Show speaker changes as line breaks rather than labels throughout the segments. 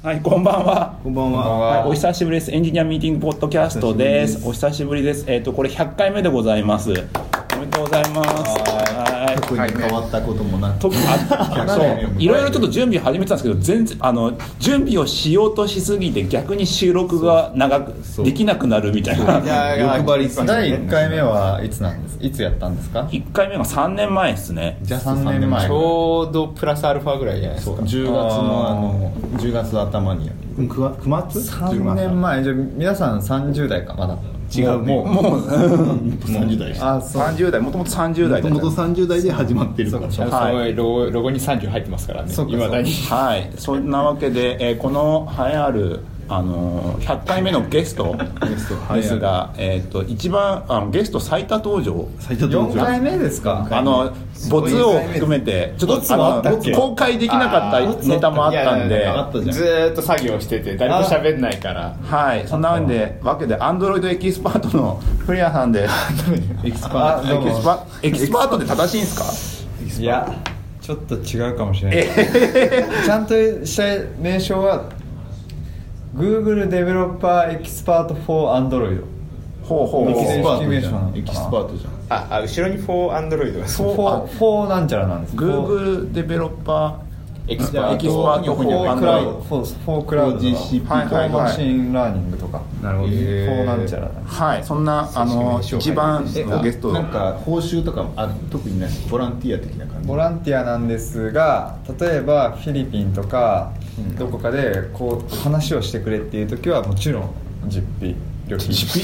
はい、こんばんは。
こんばんは。
はい、お久しぶりです。エンジニアミーティングポッドキャストです。お久しぶりです。えっ、と、これ100回目でございます。おめでとうございます。はい。
特に変わったこともなく。
特に あそういろいろちょっと準備始めてたんですけど全然あの準備をしようとしすぎて逆に収録が長く
う
できなくなるみたいな
欲張りすぎて
第1回目はいつなんですいつやったんですか
1回目が3年前ですね
ジャスト
3年前
ち
ちょうどプラスアルファぐらいじゃないです
そう
か
10月のあの
10月頭にやる
うんくわ熊津
3年前じゃあ皆さん30代かまだ
違うもうもう三十代でした
あそう
30代もともと30代だ
元
っ
々30代で始まってる
そ
か
う
ら
か
そ
そうう
か
か
はい
すごいロゴロゴに30入ってますからね
そうか
いまだに
たはいそんなわけで、えーこの栄えあるあのー100回目のゲストですが、えー、と一番あのゲスト最多登場
最多登
4
場
回目ですか
あの没を含めてちょっ
ボ
と
ツもあ
あ
った
の
っけ
公開できなかったネタもあったん
い
で
やいやいやあったじゃん
ずーっと作業してて誰も喋んないから
はいそんなわけでわけでアンドロイドエキスパートの古谷さんで
エキスパ
エキス
ー
パエキスパートで正しいんですか
トいやちょっと違うかもしれない ちゃんとした名称は Google デベロッパーエキスパート for Android
ほうほう
エキ
ほ
スパートじゃん
エ
エキ
キ
ス
ス
パ
パ
ートじゃ
ああ後ろに 4Android がそう
for, for なんちゃらなんです
う Google デベロッパ
エキス
ーエ
パー
キスパー
フ
ト
ォ
フォー
ー
アン
ク
ド
ラウ
ロイ
ド、
ド
フォーフォークラウド、フォ
4GCP
はいはいはい
ーマシンラーニングとか、
んなるほ
フォーなんちゃらな。
はいそんなあの
正式名称
一番
え
こうゲスト
なんか報酬とかもある特にねボランティア的な感じ
ボランティアなんですが、例えばフィリピンとかどこかでこう話をしてくれっていう時はもちろん実費料金。実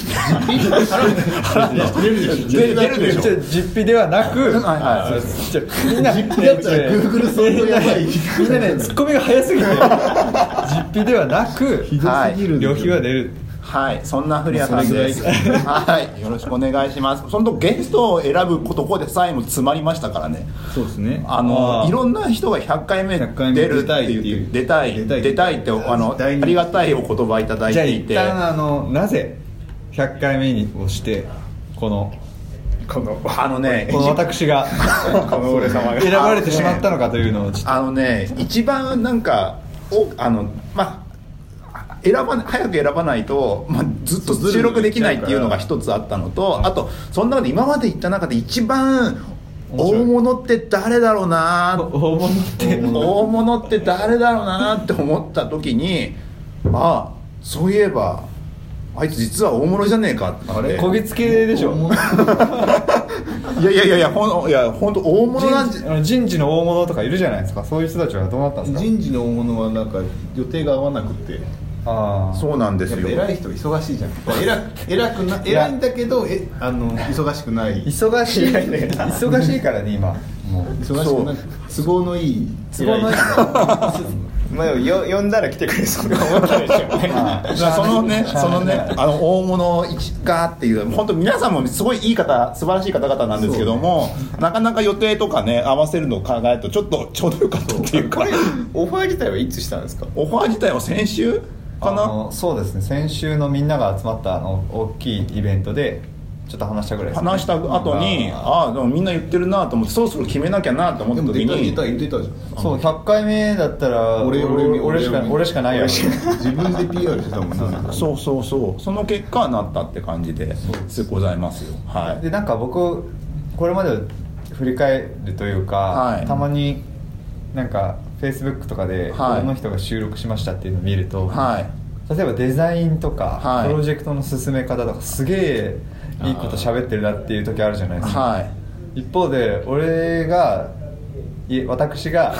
出るでしょ
出出るでしょ
費実費ではなく、
はいはいはい
そうですみんな
実費だったら
やっぱね
Google 相当やばい
みんなねツッコミが早 すぎて、実費ではなく、
ひどすぎるんだ
旅
よ
費は出る。
はい、そんな古谷さんです。はい、よろしくお願いします。その時ゲストを選ぶことでさえも詰まりましたからね。
そうですね
あの
あー
いろんな人が100回目
100回目
出るって
出たいって
い
いうう
出たい
出たい
出たいってあのあ
第二
りがたいお言葉いただい
じゃあ
てい
一
て
旦あのなぜ100回目にをしてこの
この
あのね
この私が
この俺様が
選ばれてしまったのかというのをちょっ
あのね一番なんかおあのまあ選ばな早く選ばないと、まあ、ずっと収録できないっていうのが一つあったのとあとその中で今まで行った中で一番大物って誰だろうなーっ
と大物って
大物って誰だろうなって思った時にああそういえばあいつ実は大物じゃねえかって
あれ焦げ付けでしょ
いやいやいやいやほんいや本当大物なん
人
じ
事あの人事の大物とかいるじゃないですかそういう人たちはどうなったんですか
人事の大物はなんか予定が合わなくて
ああ
そうなんで
や
す
っぱ
よ
偉い人忙しいじゃん偉く偉くな偉いんだけどえあの忙しくない
忙しい 忙しいからね今もう
忙しくない都合のいい
都合のいい
まあでもよ呼んだら来てくれそうな思ったでしょうね
じ ゃあそのねそのねあの大物一家っていう本当皆さんもすごいいい方素晴らしい方々なんですけども、なかなか予定とかね合わせるのを考えるとちょっとちょうどよかったっていうか
オファー自体はいつしたんですか
オファー自体は先週か
あ
な
のそうですね先週のみんなが集まったあの大きいイベントでちょっと話したぐらいですね
話した後に
あー
ああでもみんな言ってるなと思ってそろそろ決めなきゃなと思っ
で
た
も
時
出た
に
出た出たじゃん
そう100回目だったら
俺俺
俺俺しか
俺
俺しかないよ
自分で PR してたもんな
そうそうそうその結果なったって感じですございますよはい
でなんか僕これまでを振り返るというか、
はい
たまになんかフェイスブックとかでこ
はい
の人が収録しましたっていうのを見ると、
はい
例えばデザインとか、
はい
プロジェクトの進め方とかすげえいいこと喋ってるなっていう時あるじゃないですか、
は
一方で俺がいえ私が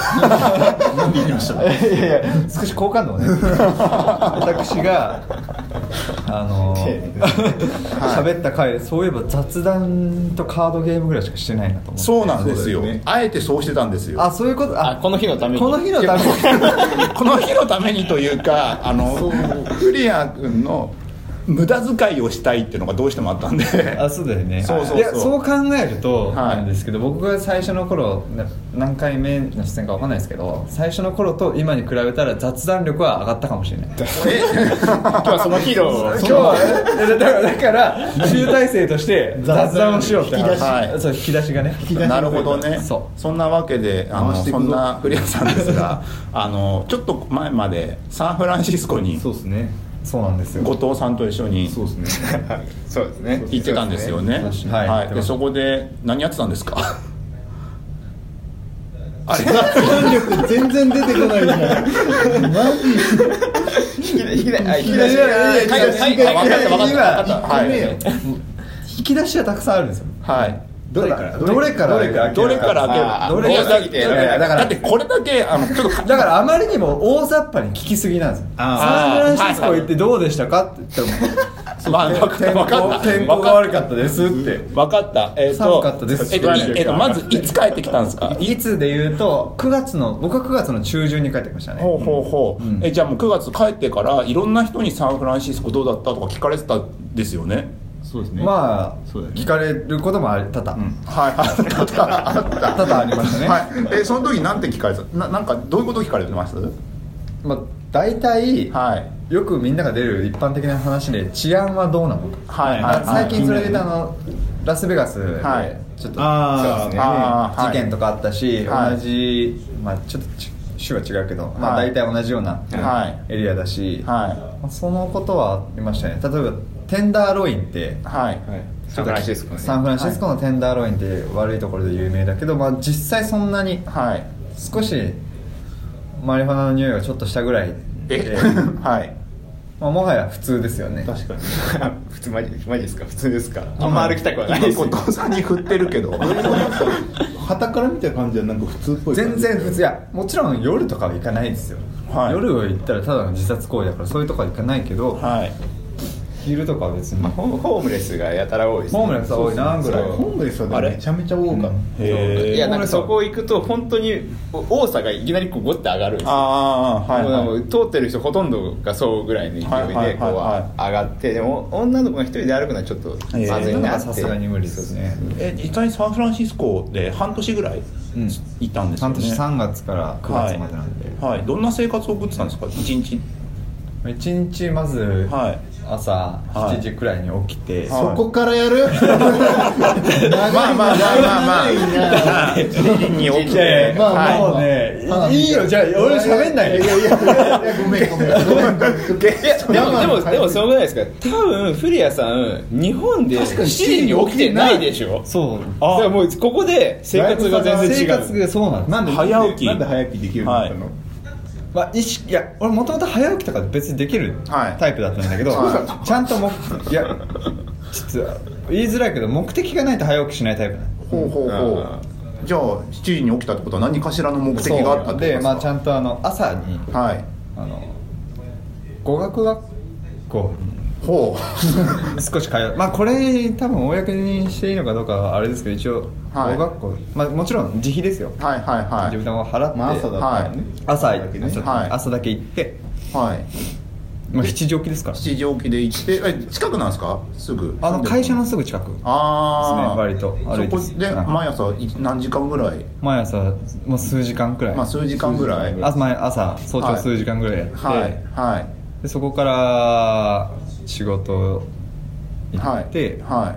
何で言いまし た
いやいや少し好感度をね 私があの喋った回そういえば雑談とカードゲームぐらいしかしてないなと思っ
い
て
そうなんですよ
そうだよね
あえてそうしてたんですよ
あそういうこと
あこの日のために
この日のために
この日のためにというかあのクリア君の無駄遣いをしたいっていうのがどうしてもあったんで
あそうだよね
そうそうそう
やそう考えると
はい
なんですけど、僕が最初の頃な何回目の出演かわかんないですけど最初の頃と今に比べたら雑談力は上がったかもしれない
今日はそのヒーローを
今日はえだからだから集大成として雑談をしようって
引き出し
はいそう引き出しがね
なるほどね
そ
んなわけであの
回してい
そ
くぞ
んなフリアさんですがあのちょっと前までサンフランシスコに
そうですね
そうなんですよ
後藤さんと一緒に
そうですね
そうですね
行ってたんですよね
そうですね
はい、
はい
でそこで何やってたんですかあれ
弾力全然出てこない
引き出し引き出しあ引き
いや
出
い
し
やいや
はいはいはい分かった分かった分かった
今
はい
一個
引き出しはたくさんあるんですよ
はい
どれから
どれから
どれから
どれから開ける
あー
どれ
多すぎて
いやいやだからだってこれだけあのちょっと
だからあまりにも大雑把に聞きすぎなんですよサン
あー
フランシスコ行ってどうでしたかって言ったらもう
まあ、分かった分かった
天候が悪かったですって
分かったえっ、
寒
と
かったです
えっといえっとまずいつ帰ってきたんですか
いつで言うと9月の僕は9月の中旬に帰ってきましたね
ほうほうほう、
うん
えじゃあもう9月帰ってからいろんな人にサンフランシスコどうだったとか聞かれてたんですよね
そうですね
まあ
そうだね
聞かれることもあり多々
はいあったあった
多々ありましたね
はいえその時なんて聞かれてたななんかどういうこと聞かれてます
まあ大体
はい
よくみんなが出る一般的な話で治安はどうなのか
はい
あ最近それで
で
言うとあのラスベガスで
はい
ちょっと
あー
あー
事件とかあったし
はい
同じまあちょっとち州は違うけどまあ
はい
大体同じような
は
エリアだし
は
まあそのことはありましたね例えばテンダーロインって
いはい
はいサンフランシスコね
サンフランシスコのテンダーロインって悪いところで有名だけど、まあ、実際そんなに
はい
少しマリファナの匂いがちょっとしたぐらい
え
で、
はい
まあ、もはや普通ですよね
確かに
普通マジマジですか普通ですかあんま歩きたくはないです
今後藤さんに振ってるけ ど
旗から見た感じはなんか普通っぽい感
全
じ
然普通いやもちろん夜とかは行かないですよ、
はい
夜を行ったらただの自殺行為だからそういうとこは行かないけど、
はい
昼とかは別に
まあホーホームレスがやたら多いですね
ホームレスは多いなぐらい
ホームレスはでも
あれ
めちゃめちゃ多かっ
へえ
いやなんかそこ行くと本当にお多さがいきなりこうゴッて上がるんですよ
ああはい
もうなんか
はい
通ってる人ほとんどがそうぐらいの勢いでこう
はいはいはいは
上がってでも女の子が一人で歩くのはちょっとまずい
えー
そういうの
な
が
って
さすがに無理ですね
え実際にサンフランシスコで半年ぐらい
うん
いたんですよ
半
ね
年3月から9月までなんで、
はい、どんな生活を送ってたんですか一 日
一日まず
はい
朝
はい
7時くらいに起きて、
はい
たそこから やる
まあまあまあまあまあリリに 起きて
まあ、もう
はい
ね、い、いよじゃあ俺喋んない
いやいやいやいやごめんごめんごめん
いやでもでもでもそうぐらいですか多分フリアさん日本で7時に起きてないでしょ
そう
だからもうここで生活が全然違
生活
う
がそうなんです、
なんで
早起き
なんで早起きできるようになったの、
は
まあ、意識いや俺もともと早起きとか別にできる
はい
タイプだったんだけど、ちゃんと目いやちょっと言いづらいけど目的がないと早起きしないタイプな
ほ
の
うほうほ
あ
うじゃあ7時に起きたってことは何かしらの目的があった
そ
っ
う
て
で、
こと
まあ、
で
ちゃんとあの朝に
すかはい
あの語学学校に
ほ
少し通うまあこれ多分公にしていいのかどうかはあれですけど一応
はい
語学校、まあ、もちろん自費ですよ
うはいはいは
自分
い
でも払って、
まあ朝だったのね、
朝
だけ
行
ね
朝
はい
朝だけ行って、
はい
まあ、7時起きですから
7時起きで行ってえ近くなんですかすぐ
あの会社のすぐ近く
ああ
ですね割と歩いて
そこで毎朝い何時間ぐらい
毎朝もう数時間くらい、
まあ数時間ぐらい
あ毎朝早
は
朝
い
数時間ぐらいやって、
はいは
でそこから仕事
い
行
はい
って、
は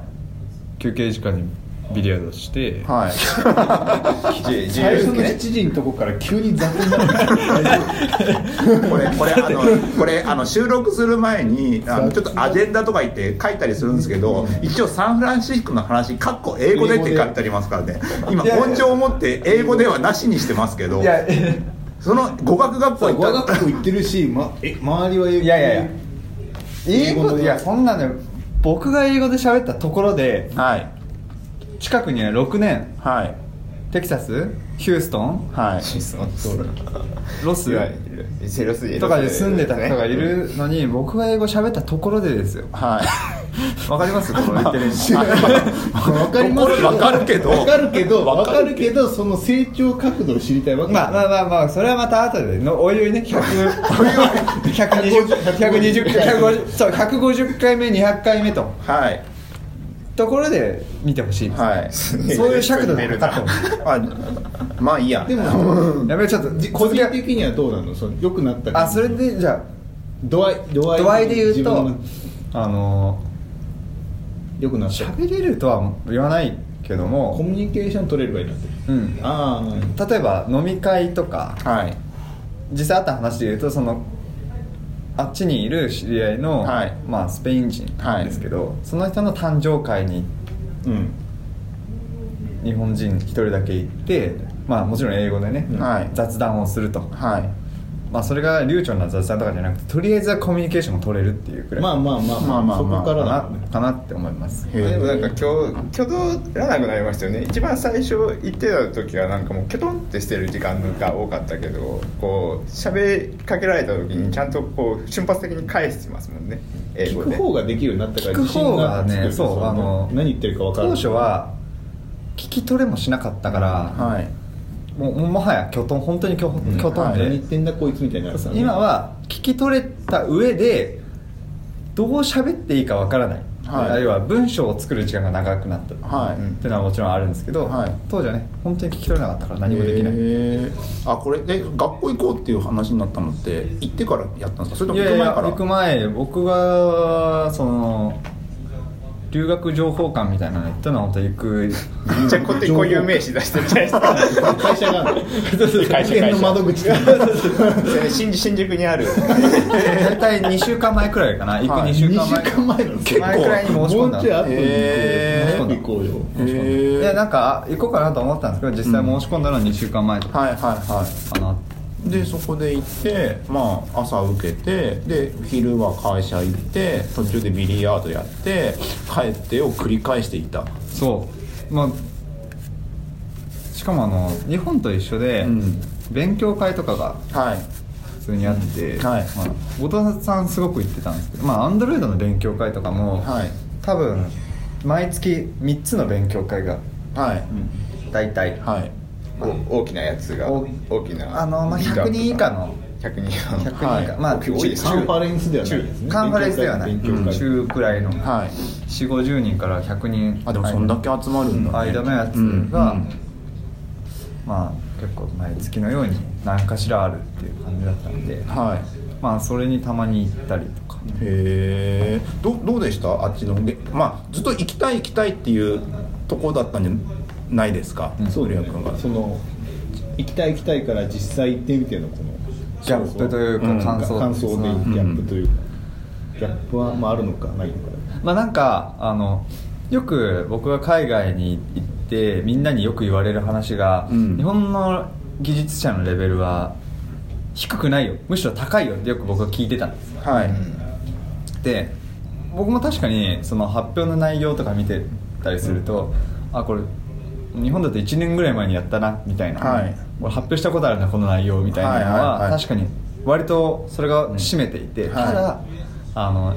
休憩時間にビリヤードして、
いはい
自
最
由
初の
にね
7時のとこから急に雑になる
これ これあのこれあの収録する前にあのちょっとアジェンダとか言って書いたりするんですけど一応サンフランシスコの話かっこ英語でって書いてありますからね今
いやいや
本調を持って英語ではなしにしてますけど
いやい
その語学学校
そう語
行った
学校行ってるし、ま、え周りは英語
やいや英
英語
語
の
いやそんなね僕が英語で喋ったところで
はい
近くには6年
はい
テキサスヒューストン
はい
ロスとかで住んでた人がいるのに僕が英語喋ったところでですよ
はい
わかりますこの言ってる意味
わかります
わかるけど
わかるけど
わ
わ
か
か
る
るけどその成長角度を知りたいわけ
まあまあまあまあそれはまた後でのおいおいね120回目200回目と
はい
ところで見てほしいです、
はい
そういう尺度で測ってほし
あまあいいや
でも
いやべえちょっと
個人
続き
的にはどうなのその良くなった
あそれでじゃ
度合い度
あ
合い
度合いで言う
自分
と
の
あの
良くなった
喋れるとは言わないけど
コ
も、
ミュニケーション取れるようになって
う
る
ん、
ああ
例えば飲み会とか
はい
実際あった話で言うとそのあっちにいる知り合いの、
はい
まあ、スペイン人
はい
ですけど、その人の誕生会に
うん
日本人一人だけ行って、まあ、もちろん英語でね、
はい
雑談をすると、
はい
まあ、それが流暢な雑談とかじゃなくてとりあえずはコミュニケーションを取れるっていうくらい
まあまあまあ
ま
ま
あ
あ
まあ
そ
まあ
こからだ
か
もん
な
ね
かなって思います
へー
でもなんか挙挙動らなくなりましたよね一番最初行ってた時はなんかもうキョトンってしてる時間が多かったけどこう喋りかけられた時にちゃんとこう瞬発的に返してますもんね英語
聞く
で
方ができるようになったから
聞く方がね
自信つく
そうあの
何言ってるか分か
当
らない
初は聞き取れもしなかったから、
はい
もうもうもはやきょとん本当にきょ,、
うん
きょとんで、
何言ってんだこいつみたいになってたね
今は聞き取れた上でどう喋っていいかわからない、
はい
あるいは文章を作る時間が長くなった、
はい
っていうのはもちろんあるんですけど、
はい
当時はね本当に聞き取れなかったから何もできない、
へーあこれえ学校行こうっていう話になったのって行ってからやったんですかそれと
い
も行く前
やいや
から
行く前僕がその留学情報館みたいなの行ったのは本当に行く
めっちゃこってこういう名詞出してるじゃないですか
会社がある
会
保
社
険の窓口が
それ新新宿にある
大体2週間前くらいかな行く
はい
2
2
週
週
間前
間前の
結構
前くらいに申し込ん
も
だ
うちょい後に
へ
ー
行こうよ
へー
でなんか行こうかなと思ったんですけど実際申し込んだのは2週間前とか
はいはいは
かな、
いでそこで行ってまあ朝受けてで昼は会社行って途中でビリヤードやって帰ってを繰り返していた
そうまあしかもあの日本と一緒で、
うん
勉強会とかが
はい
普通にあって、
うんはい
まあ、後藤さんすごく行ってたんですけどまあアンドロイドの勉強会とかも、
はい
多分毎月3つの勉強会が
はい、
大体、
はい
お大きなやつが
お
大きな
あの、まあ、100人以下の
100人以下の
100人以下、
はい
まあ
大きい多いです
カンファレンスではない
中
ですね
カンファレンスではない
勉強会
中くらいの
はい
4 5 0人から100人
あでもそんだけ集まるんだ、ね、
間のやつが、まあ結構毎月のように何かしらあるっていう感じだったんで、
はい
まあそれにたまに行ったりとか
へえどどうでしたあっちのでまあずっと行きたい行きたいっていうとこだったんじゃないですか、
うん
そうだよ
古谷君が
ねその行きたい行きたいから実際行ってみてのこの
ギャップというか
うん
感想
感
です
想
ね
でギャップというかギャップはまああるのかないのか
まあなんかあのよく僕が海外に行ってみんなによく言われる話が、
うん
日本の技術者のレベルは低くないよむしろ高いよってよく僕は聞いてたんです
はい、
で僕も確かにその発表の内容とか見てたりすると、あこれ日本だと1年ぐらい前にやったなみたいな、
はい
俺発表したことあるなこの内容みたいなの
はいはい
は
はい
確かに割とそれが占めていて、
うんはい
ただ、あの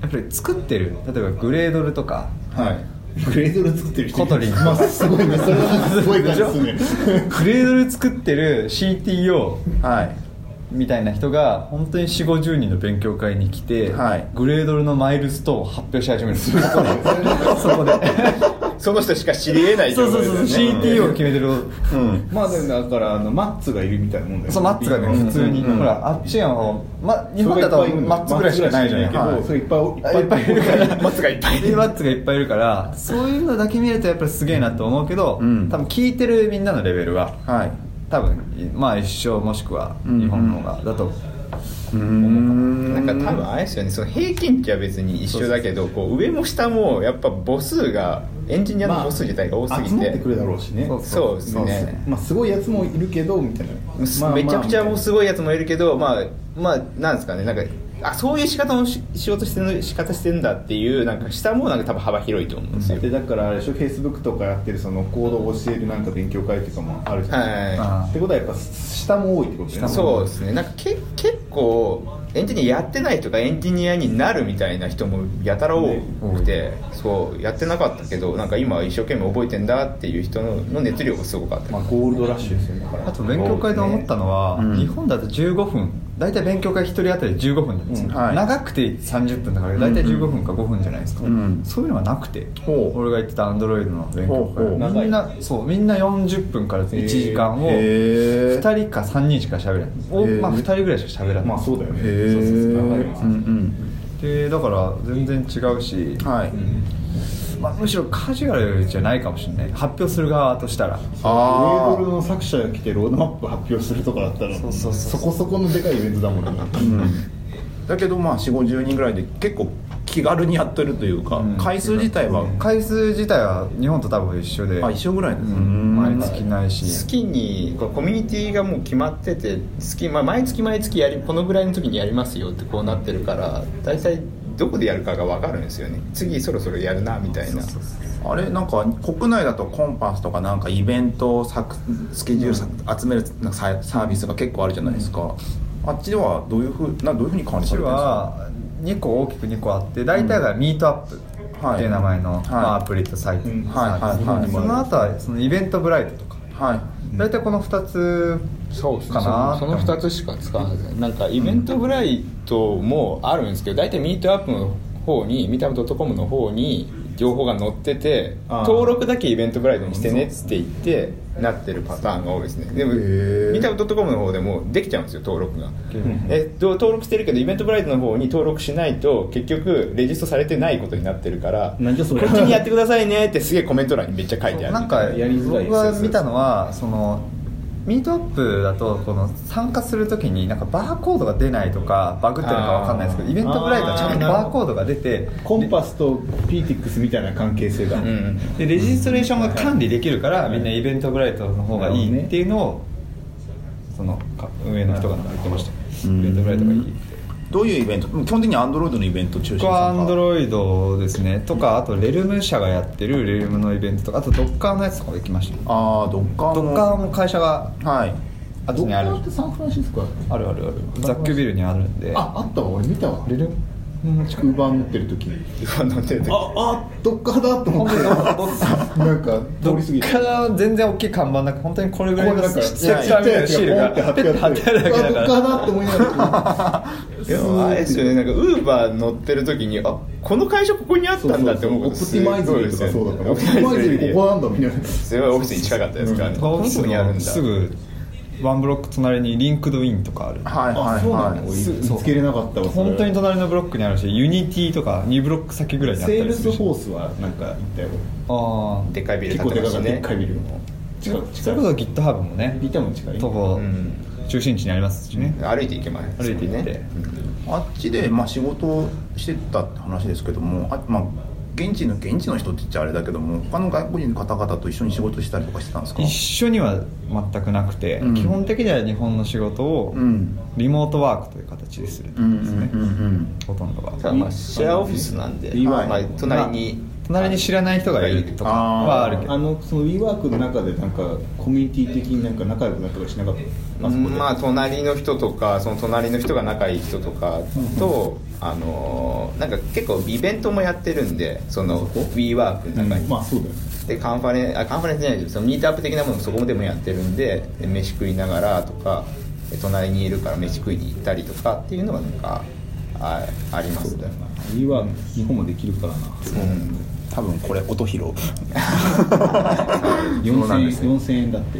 やっぱり作ってる例えばグレードルとか
はいグレードル作ってる人
コトリン
まあすごいねそれはすごい感じで すね
グレードル作ってる CTO
はい
みたいな人が本当に4 5 0人の勉強会に来て、
はい
グレードルのマイルストーンを発表し始めるんですよそこで
その人しか知り得ない
そうそうそうそう
状況ですよ
CTO
ね
を決めてる、
うん
まあでもだからあのマッツがいるみたいなもんだよね
そうマッツがね普通に、
うん
ほらあっちがもう、ま、日
そ
本だ
れがいっぱ
と
いいるん
マッツぐらいしかないじゃない
マッツぐらいしかないけどそれいっぱいいっぱいいる
マツがいっぱいいる
マッツがいっぱいいるからそういうのだけ見るとやっぱりすげえなと思うけど、
うん
多分聞いてるみんなのレベルは
はい
多分まあ一生もしくは日本の方が、だと
うーん
なんか多分あれですよねその平均値は別に一緒だけどこう上も下もやっぱ母数がエンジニアの母数自体が多すぎ
集まっててくるだろうしね
そうです
そうっす
ね
ね
まあすごいやつもいるけどみたいなまあまあ
めちゃくちゃもうすごいやつもいるけどまあまあなんですかねなんかあそういう仕方のし仕事してる仕方してんだっていうなんか下もなんか多分幅広いと思うんですよ
でだからあれでしょフェイスブックとかやってるそのコードを教えるなんか勉強会とかもあるじゃないですか、
はい
あ
ってことはやっぱ下も多いってことね
下も
そうですねなんかけ結構エンジニアやってない人がエンジニアになるみたいな人もやたら多くて、そうやってなかったけどなんか今一生懸命覚えてんだっていう人のの熱量がすごかった、
まあ、ゴールドラッシュですよねだから
あと勉強会で思ったのは、
うん
日本だと15分大体勉強会1人当たり15分なんですよ、
うんはい
長くて30分だから大体15分か5分じゃないですか、
うん
そういうのはなくて、
ほう
俺が言ってたアンドロイドの勉強
ほうほう
会みんなそうみんな40分から1時間を
へー
2人か3人しか喋らない、お
へー
まあ、2人ぐらいしか喋らない、
まあそうだよね
へえ
そうそうそうわかります
うん
でだから全然違うし、
うんはい
まあ、むしろカジュアルじゃないかもしれない発表する側としたら
あ
ウェ
あ
ーブルの作者が来てロードマップ発表するとかだったら
そうそうそう
こそこのでかいイベントだもんね
うんだけどまあ4 5 0人ぐらいで結構気軽にやってるというか、
うん
回数自体は、
回数自体は日本と多分一緒で
あ一緒ぐらいですね
うん毎月ないし、
月にこうコミュニティがもう決まってて月、まあ、毎月毎月やりこのぐらいの時にやりますよってこうなってるから大体どこでやるかが分かるんですよね次そろそろやるなみたいな
あれなんか国内だとコンパスとかなんかイベントをさくスケジュール集めるなんかササービスが結構あるじゃないですか、あっちではどういうふうなどういうふうに管
う
理さ
ち
れてるんですか
は2個大きく2個あって大体がミートアップっていう名前の、
はい
まあ、アプリとサイト、
うん
はいはいはい
サービスその後はそのイベントブライトとか
はい
大体この2つ
そうですね
かな
そのその2つしか使わないなんかイベントブライトもあるんですけど大体ミートアップの方にミートアップ .com の方に情報が載ってて
あー
登録だけイベントブライトにしてねって言ってなってるパターンが多いですねでも
へー
ミートアップ .com の方でもできちゃうんですよ登録が
ん
えっと登録してるけどイベントブライトの方に登録しないと結局レジストされてないことになってるから
何じゃそれ
こっちにやってくださいねってすげえコメント欄にめっちゃ書いてある
なんか
やりづらい
僕は見たのはそのミートアップだとこの参加するときになんかバーコードが出ないとかバグってるのかわかんないですけど
あー
イベントブライトはちゃんとバーコードが出て
コンパスと PTX みたいな関係性が、
うん
でレジストレーションが管理できるからみんなイベントブライトの方がいいっていうのをそのか運営の人が言ってましたイベントブライトがいいって
どういうイベント基本的にアンドロイドのイベント中心
僕はアンドロイドですねとかあとレルム社がやってるレルムのイベントとかあとドッカーのやつとかできました
ああドッカー
ド
も
ッカーも会社が
はい
あっち
どっ
にあ
か
る
ってサンフランシスコある
あるあるある雑居ビルにあるんで
ああったわ俺見たわ
レルムの近
ウーバー乗ってる時
乗ってる時
ああどっかだと思ってなんか通
ド
り過ぎ
ッ
て
カーは全然大きい看板なく本当にこれぐ
こ
ら
れ
いの
なんかちっちゃい
シ
やつ
ール
がポン
が
って
ペッて貼
貼
っ
って
あ
てあ
る
る
だけ
だけ
だ
だ
か
かららどっかだって思いな が
いやあれですよねなんかウーバー乗ってる時にあこの会社ここにあ
ら
ったんだって思
オ
うこ
プ
と
ティマイズリーとかそうだからオプティマイズリーここなんだみたいな
すごいオフィスに近かったですからね、こ
東
こ
京
にあるん
の
だ
すぐワンブロック隣にリンクドインとかある
はい
あ
はい
そうな
は
んだ
い
見つけれなかったわそれ
本当に隣のブロックにあるしユニティとか2ブロック先ぐらいにあった
セー
り
ル
す
ス
るし
フォースはなんか行ったよ
ああ
でっかいビル
結
建
構でか
てまし
かっ
た
たで
ね
っかいビルも近く
そ
近
れこそ
く
GitHub もね
ビタも近い
徒歩
うん
中心地にありますしね
歩いて行けます
歩いて行って
あっちで、まあ、仕事をしてたって話ですけどもあ、まあ、現地の現地の人って言っちゃあれだけども他の外国人の方々と一緒に仕事したりとかしてたんですか
一緒には全くなくて
うん
基本的には日本の仕事を
うん
リモートワークという形でする
うんうん
んですね
うんうん
ほとんどが
ただまあシェアオフィスなんで、
うん
まあ隣に、
隣に知らない人がいるとかはあるけ
あ
ど
のその WeWork の中でなんかコミュニティ的になんか仲良くなったりしなかったそこで
まあ隣の人とかその隣の人が仲いい人とかと、あのーなんか結構イベントもやってるんでその WeWork の中に、
まあそうだよね
でカンファレンあカンファレンスじゃないですそのミートアップ的なものもそこでもやってるんでで飯食いながらとかで隣にいるから飯食いに行ったりとかっていうのはなんかあありますね
WeWork 日本もできるからな
うん
多分これ音拾うそうなんです
4000円4000円だって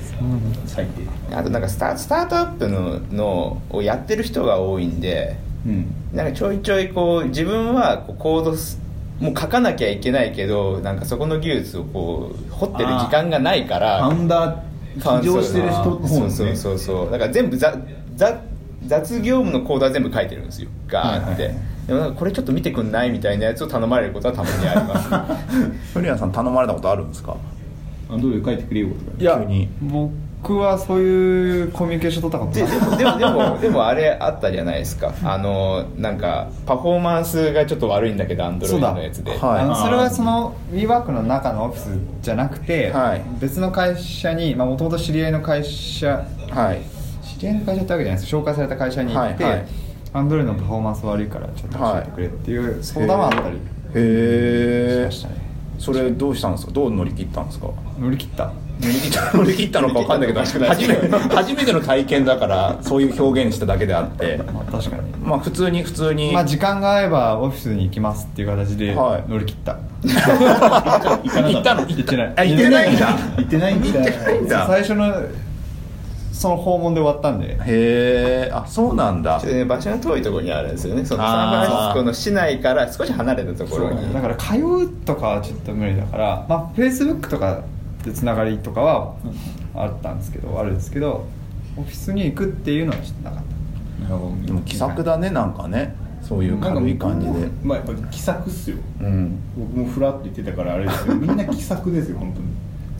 最低
あとなんかスタスタートアップののをやってる人が多いんで
うん
なんかちょいちょいこう自分はこうコードすもう書かなきゃいけないけどなんかそこの技術をこう掘ってる時間がないから
ファウンダー起業してる人の方
そ
の
うそう
ね
そうそうだから全部ざざ雑業務のコードは全部書いてるんですよガーって、
はいはい
でもなんかこれちょっと見てくんないみたいなやつを頼まれることはたまにありま す
古谷さん頼まれたことあるんですか
あどういう書いてくれよとか
いや
急に
僕はそういうコミュニケーション取ったこと
で
な
で
い
もでもでもでもあれあったじゃないですかあのなんかパフォーマンスがちょっと悪いんだけどアンドロイドのやつで、
そうだはい
あのそれはその WeWork の中のオフィスじゃなくて、
はい
別の会社にもともと知り合いの会社
はい
知り合いの会社ってわけじゃないです紹介された会社に行って、
はいはい
アンドレのパフォーマンス悪いからちょっと教えてくれっていう相談はあったり
へえ
しましたね
それどうしたんですかどう乗り切ったんですか
乗り切った
乗り切った乗り切ったのか分かんないけど 初めて初めての体験だからそういう表現しただけであって
まあ確かに
まあ普通に普通に、
まあ時間が合えばオフィスに行きますっていう形で
はい
乗り切った、
行 か
行
な
っ
か
た
っ
の
行ってない
あ行ってないんだ
た行ってないんだ
んだ
最初のその訪問で終わったんで
へえあそうなんだ
ちょっとね場所の遠いところにあるんですよねそのサンフ
あー
ランシスコの市内から少し離れたところに
だから通うとかはちょっと無理だからまあフェイスブックとかでつながりとかはあったんですけどあるんですけどオフィスに行くっていうのはちょっとなかっ
なるほど
でも気さくだねなんかねそういう軽い感じで
まあやっぱり気さくっすよ
うん
僕もフラッと言ってたからあ れですけどみんな気さくですよ本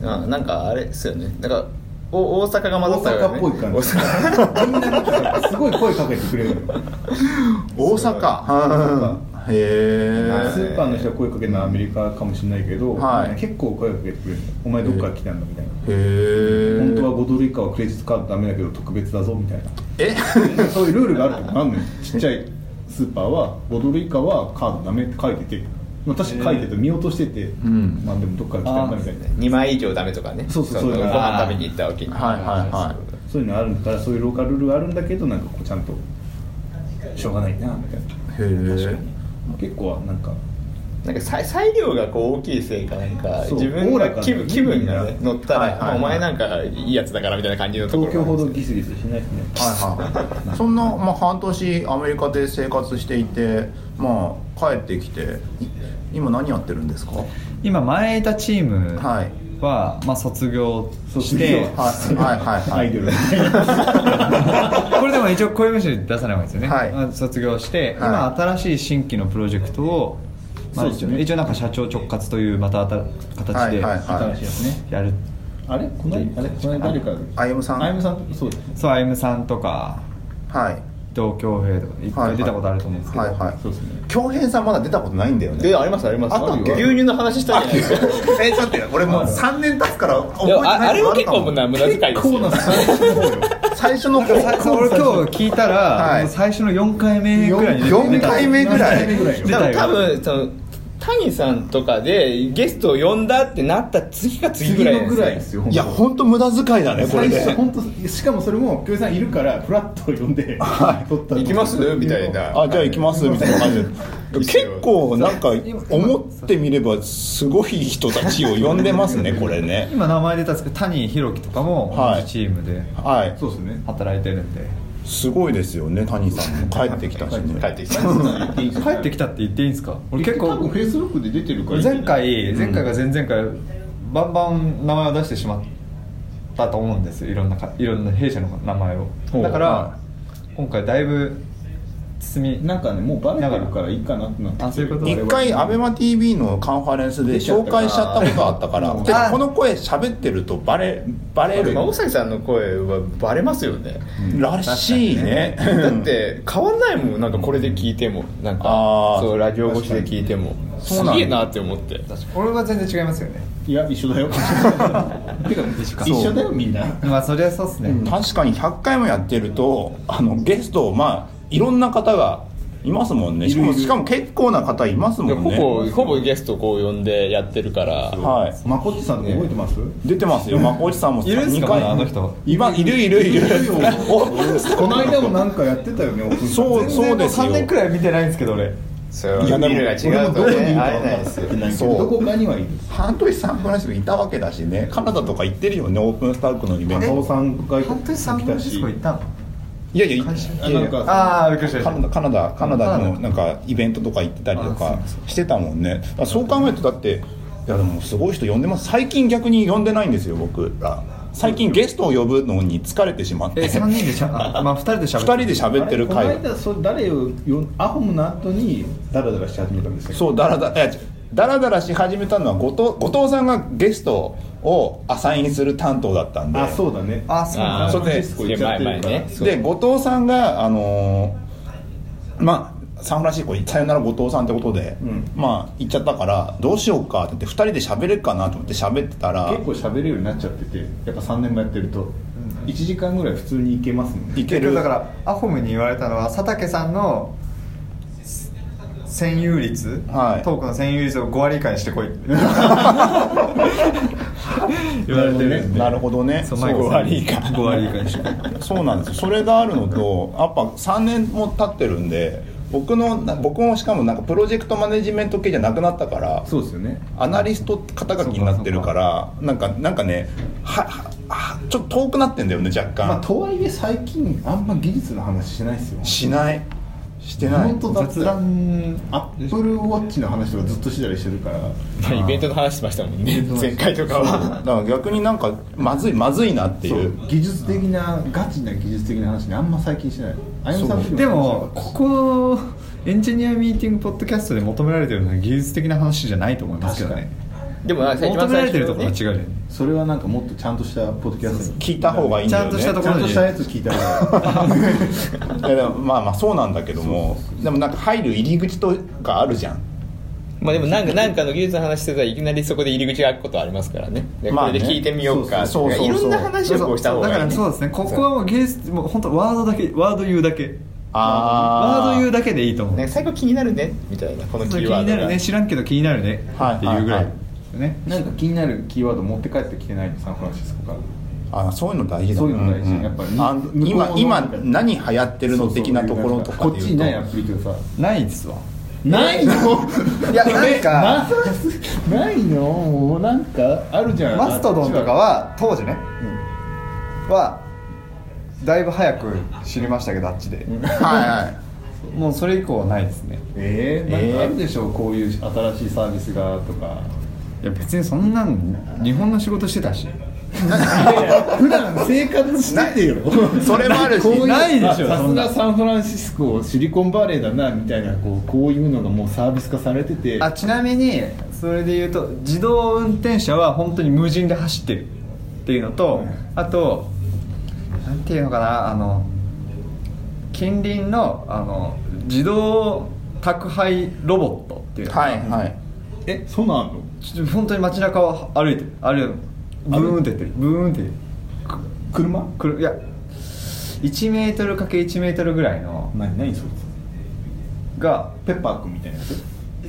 当に
うんなんかあれですよねなんかお大阪が混ざったよ
大阪っ
ね
ぽい感じ
大阪
みんななんかすごい声かけてくれるの
大阪へ
ス
え
ーパーの人は声かけるのはアメリカかもしれないけど、
はい
結構声かけてくれるのお前どっから来たんだみたいな、
へえ
本当は5ドル以下はクレジットカードダメだけど特別だぞみたいな
え
そういうルールがあるとかあんのよちっちゃいスーパーは5ドル以下はカードダメって書いてて私書いてて見落としてて、
ん
まあでもどっから来たんだみたいな
2枚以上ダメとかね
そうそう
の
そういう
ご
の
飯食べに行ったわけに
はいはいは
そういうのあるからそういうローカルルールあるんだけどなんかこうちゃんとしょうがないなみたいない
へえ
結構はなんか
なんか裁裁量がこう大きいせいかなんか
そう
自分
オーラが
が
ね
気分気分がね乗った
はいはいは
ら
い
お前なんかいいやつだからみたいな感じのところ
東京ほどギスギスしないですね
はいはい、そんな、まあ、半年アメリカで生活していて、まあ、帰ってきてい今何やってるんですか
た今前いたチームは、
はい
まあ、卒業し
卒業
て
はいはいはいは
アイ
い
ドルみたい な
これでも一応声文字出さない方がいいですよね、
はい
まあ卒業して、
はい
今新しい新規のプロジェクトを、まあ
そうで
一
す
応
よね
一応なんか社長直轄というまた新形で
はいはい
新しいやつね
やる、
あれこの間あれこの間誰か
あゆむさん
あゆむさんそうです
そうあゆむさんとか
はい
東京平とか一
はいは
回
い
出たことあると思うんですけど、
はいはい
そうですね
恭平さんまだ出たことないんだよね
でありますあります
あったっけ
牛乳の話したじゃないですか
えちょっと待って俺もう3年経つから覚え
い
て
や
ない
ああれ
も
も結構な無駄遣いです
コー
よ
ナー最初の方
最
よ
初の
最初俺今日聞いたら、
はい
もう最初の4回目ぐらいに出て
4回目ぐらい
4回目ぐらい
出
よ
で
た
も
よ
多分その谷さんとかでゲストを呼んだってなった次が次ぐ
次
らい
のぐらいですよ
いや本当無駄遣いだねこれ
最初
で
本当しかもそれも京平さんいるからフラッと呼んで撮ったの
行きますみたいな
あじゃあ行きますみたいな感じで結構なんか思ってみればすごい人たちを呼んでます ねこれね
今名前出たんですけど谷弘樹とかも
はい
同じチームで
はい
そうですね
働いてるんで、
すごいですよね谷さんも帰ってきたしね
帰ってきた
帰ってきたって言っていいんですか俺結
結構多
構
分フェイスブックで出てるから
前回前回か前々回、バンバン名前を出してしまったと思うんですよいろんなかいろんな弊社の名前を
ほう
だから、
は
今回だいぶ包み
なんかねもうバレてるからいいかなってなって
あそういうこと
一回アベマ t v のカンファレンスで紹介しちゃったことあったから
うん
てかこの声喋ってるとバレバレる
まあ大崎さんの声はバレますよね
らしいね
だって変わんないもんなんかこれで聞いてもなん
あ
か
ー
そうラジオ越しで聞いても
そう
す
なんだ
げえなって思って
俺は全然違いますよね
いや一緒だよ てか一緒だよみんな
まあそりゃそうっすね、
確かに100回もやってるとあのゲストまあいろんな方がいますもんねしかもしかも結構な方いますも
いや
ん
ほ
ね
ぼほぼゲストこう呼んでやってるから
はい
まこっちさんとか覚えてます
出てますよまこおじさんも
いるんす
二
か
回
まだあの人
今いるいるいる お
この間もなんかやってたよねオープン
そうそうですよ
3年くらい見てないんですけど俺
それはい
やでも
見るが違うとね会えないですよ
ない
け
け
ど
ど
ど
ど
こ
こかにはいる
半年サンフランシスコいたわけだしねカナダとか行ってるよねオープンスタークのイベン
中尾
ト
さんが
半年サンフランシスコ行ったの
いやいやい
あなんか
ああびっくりした
カナダカナダカナダのなんかイベントとか行ってたりとかしてたもんねあそう考えるとだっていやでもすごい人呼んでます最近逆に呼んでないんですよ僕ら最近ゲストを呼ぶのに疲れてしまって
え三 3
2
人でしゃあまあ2人でしゃべ
人で喋ってる
あれ
会
この間それ誰をよアホムの後にダラダラし始めたんですよ
そうだらだいやだらだらし始めたのは後藤後藤さんがゲストをアサインする担当だったんで
あそうだね
あそうなん
あー
だ
そうね
そうです
前前ね
で後藤さんがあのーまあサンフランシスコさよなら後藤さんってことで、
うん
まあ行っちゃったからどうしようかって言って2人で喋れるかなと思って喋ってたら
結構喋れるようになっちゃっててやっぱ3年もやってると1時間ぐらい普通に行けますもんね
いけ
結
る
局だからアホムに言われたのは佐竹さんの占有率、
はい
トークの占有率を5割以下にしてこいって 言われてるんで
なるほどね
そう
そう
マイクさん
5割以下
5割以下にしてこい
そうなんですよそれがあるのとやっぱ3年も経ってるんで僕のな僕もしかもなんかプロジェクトマネジメント系じゃなくなったから
そうですよね
アナリスト肩書きになってるからなんかなんかねはははちょっと遠くなってんだよね若干、
まあとはいえ最近あんま技術の話しないですよ
しないしてない
本当だ雑談アップルウォッチの話とかずっとしてたりしてるから
まあイベントの話しましたもんね前回とか
だ
は
から逆になんかまずいまずいなって
そ
いう
う技術的なガチな技術的な話ねあんま最近しないあゆみさんの時
でもここエンジニアミーティングポッドキャストで求められてるのは技術的な話じゃないと思いますけどね
でもなんか一
求
番
めら
最
れて
初
るところは違う
ね
じゃない
それはなんかもっとちゃんとしたポッドキャストに
聞いた方がいいんだよね
ちゃんとしたと
ちゃんとしたやつ聞いた方が
いやでもまあまあそうなんだけどもでもなんか入る入り口とかあるじゃん
まあでもなんかなんかの技術の話してたらいきなりそこで入り口が開くことはありますからねで
まあ
こ
ね
れで聞いてみようか
そうそうそう
い
そう
ろんな話をこうした方
だか
がいい
ら
ね
そうですねここはもう芸術もう本当ワードだけワード言うだけ
あー
ワード言うだけでいいと思う
なんか最後気になるねみたいなこの
そ
キ
う気
ーワ
に
ード
なる
が
ね知らんけど気になるね
はい
っていうぐら
はいい
ね
なんか気になるキーワード持って帰ってきてないのサンフランシスコから
あそういうの大事だ
そういうの大事
ん
やっぱり
あ
向こうの
今今何流行ってるの的なところとか
こ
で
っ
言う
ちにないアプリとかさ
ないですわ
ないの
いやなんか
ないのもうなんかあるじゃん
マストドンとかは当時ね、はだいぶ早く知りましたけどあっちで、
はいはい
もうそれ以降はないですね
ええなんかあるでしょうこういう新しいサービスがとか
いや別にそんなん日本の仕事してた し
普段生活してて よ
それもあるし
こういう
ないでしょ
あさ
そ
す
んな
がサンフランシスコシリコンバレーだなみたいなこうこういうのがもうサービス化されてて
あちなみにそれで言うと自動運転車は本当に無人で走ってるっていうのと、あとなんていうのかなあの近隣のあの自動宅配ロボットっていうのか
は
ない
はい
えそんなんあんの
ちょっと本当に街中を歩いてるあるブーンってやってるブーンって
車
くるいや1メートル ×1 メートルぐらいの
何何それ
が
ペッパーくんみたいなやつ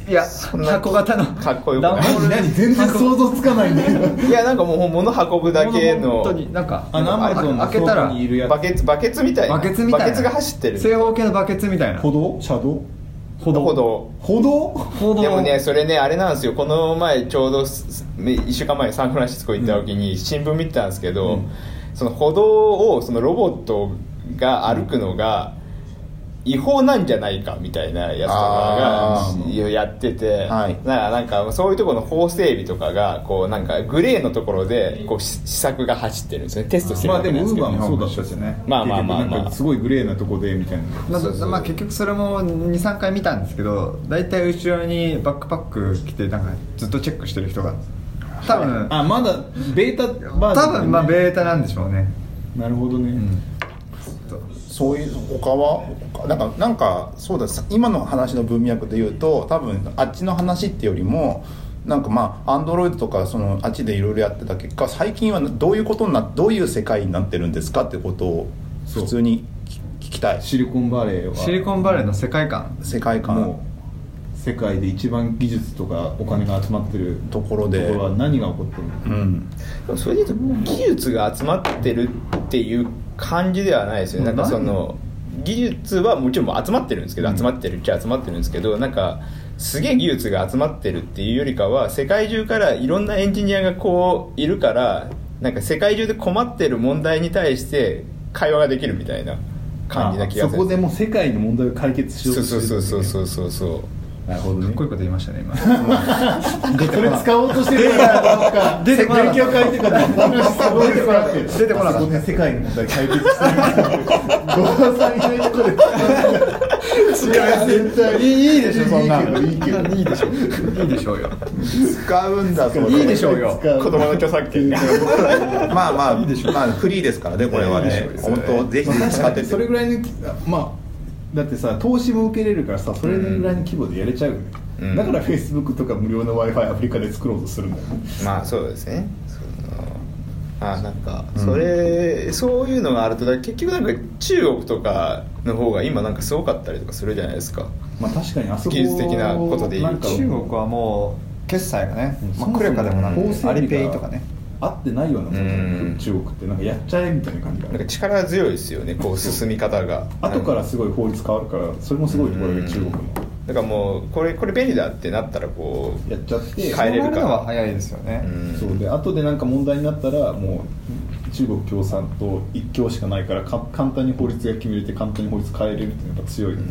いや
んな
箱型の
かっこよくない
段ボール
何全然想像つかないんだけど
いやなんかもう物運ぶだけの
本当になんか
あナンバーゾンの
開けた
倉
ら
庫にいるや
バケツバケツみたいな
バケツみたいな
バケツが走ってる
正方形のバケツみたい
つ
な
歩道車道
歩
ほど
歩道
歩道
でもねそれねあれなんですよこの前ちょうど1週間前にサンフランシスコ行った時に新聞見てたんですけど、その歩道をそのロボットが歩くのが違法なんじゃないかみたいなやつと
あ
か
ー
がやってて、
はい
だからなんかそういうところの法整備とかがこうなんかグレーのところでこうし施策が走ってるんですよねテストしてる
ま
わ
あ
け
で
なん
もウ
で
ー
すけど
バーもそうだったしね
まあまあまあまあ
結局なんかすごいグレーなとこでみたい
ま
な
あまあ結局それも23回見たんですけど大体後ろにバックパック着てなんかずっとチェックしてる人が多分、
あまだベータバージョ
多
ンだよね
分まあベータなんでしょうね
なるほどね、
そういう他は他なんかなんかそうだ今の話の文脈で言うと多分あっちの話ってよりもなんかまあアンドロイドとかそのあっちでいろいろやってた結果最近はどういうことになどういう世界になってるんですかってことを
そう
普通に聞聞きたい
シリコンバレー は
シリコンバレーの世界観
世界
も
観
う世界で一番技術とかお金が集まってる
ところで
ところは何が起こってるの
うん
でもそれで言うと技術が集まってるっていう感じではないですよねなんかその技術はもちろん集まってるんですけど集まってるっちゃ集まってるんですけどなんかすげえ技術が集まってるっていうよりかは世界中からいろんなエンジニアがこういるからなんか世界中で困ってる問題に対して会話ができるみたいな感じな気が
あ
す
そ
る
こでもう世界の問題を解決しよ
そう
うとして
そう
る
そうそうそうそうそう
なるほど
かっ
ね
こいい こと言いましたね今
それ使おうとしてるからなんか
出てこなかった
世界を変えてから出てこなくて
出てこなかった
あそこで世界の問題解決してるゴーさんいないとこで違う絶対いい
いいでしょそんなの
いいけどいいけど
いいでしょいいでしょうよ
使うんだそれ
いいでしょうよ
使う
子供の著 作権ね
まあまあまあフリーですからねこれはね本当ぜひぜひ使ってって
それぐらいのまあだってさ投資も受けれるからさそれぐらいの規模でやれちゃうよね、
うん
だからフェイスブックとか無料の w i f i アフリカで作ろうとするんだよね
まあそうですねそのあなんかそれ、そういうのがあるとだから結局なんか中国とかの方が今なんかすごかったりとかするじゃないですか
まあ確かにあそこ
技術的なことで言うと
中
なんか
国はもう決済がね、まあ、クレカでもな
法
く
整
アリ
備が
ペイとかね
合ってないようなもんじゃない
うん
中国ってなんかやっちゃえみたいな感じがあ
なんか
る
力強いですよねこう進み方が
後からすごい法律変わるからそれもすごいところで中国も
だからもうこれこれ便利だってなったらこう
やっちゃって
帰れる
そうな
か
のは
ら
早いですよね、
うん
そうで後でなんか問題になったらもう中国共産党一強しかないからか簡単に法律が決めれて簡単に法律変えれるっていうのがやっぱ強いよね、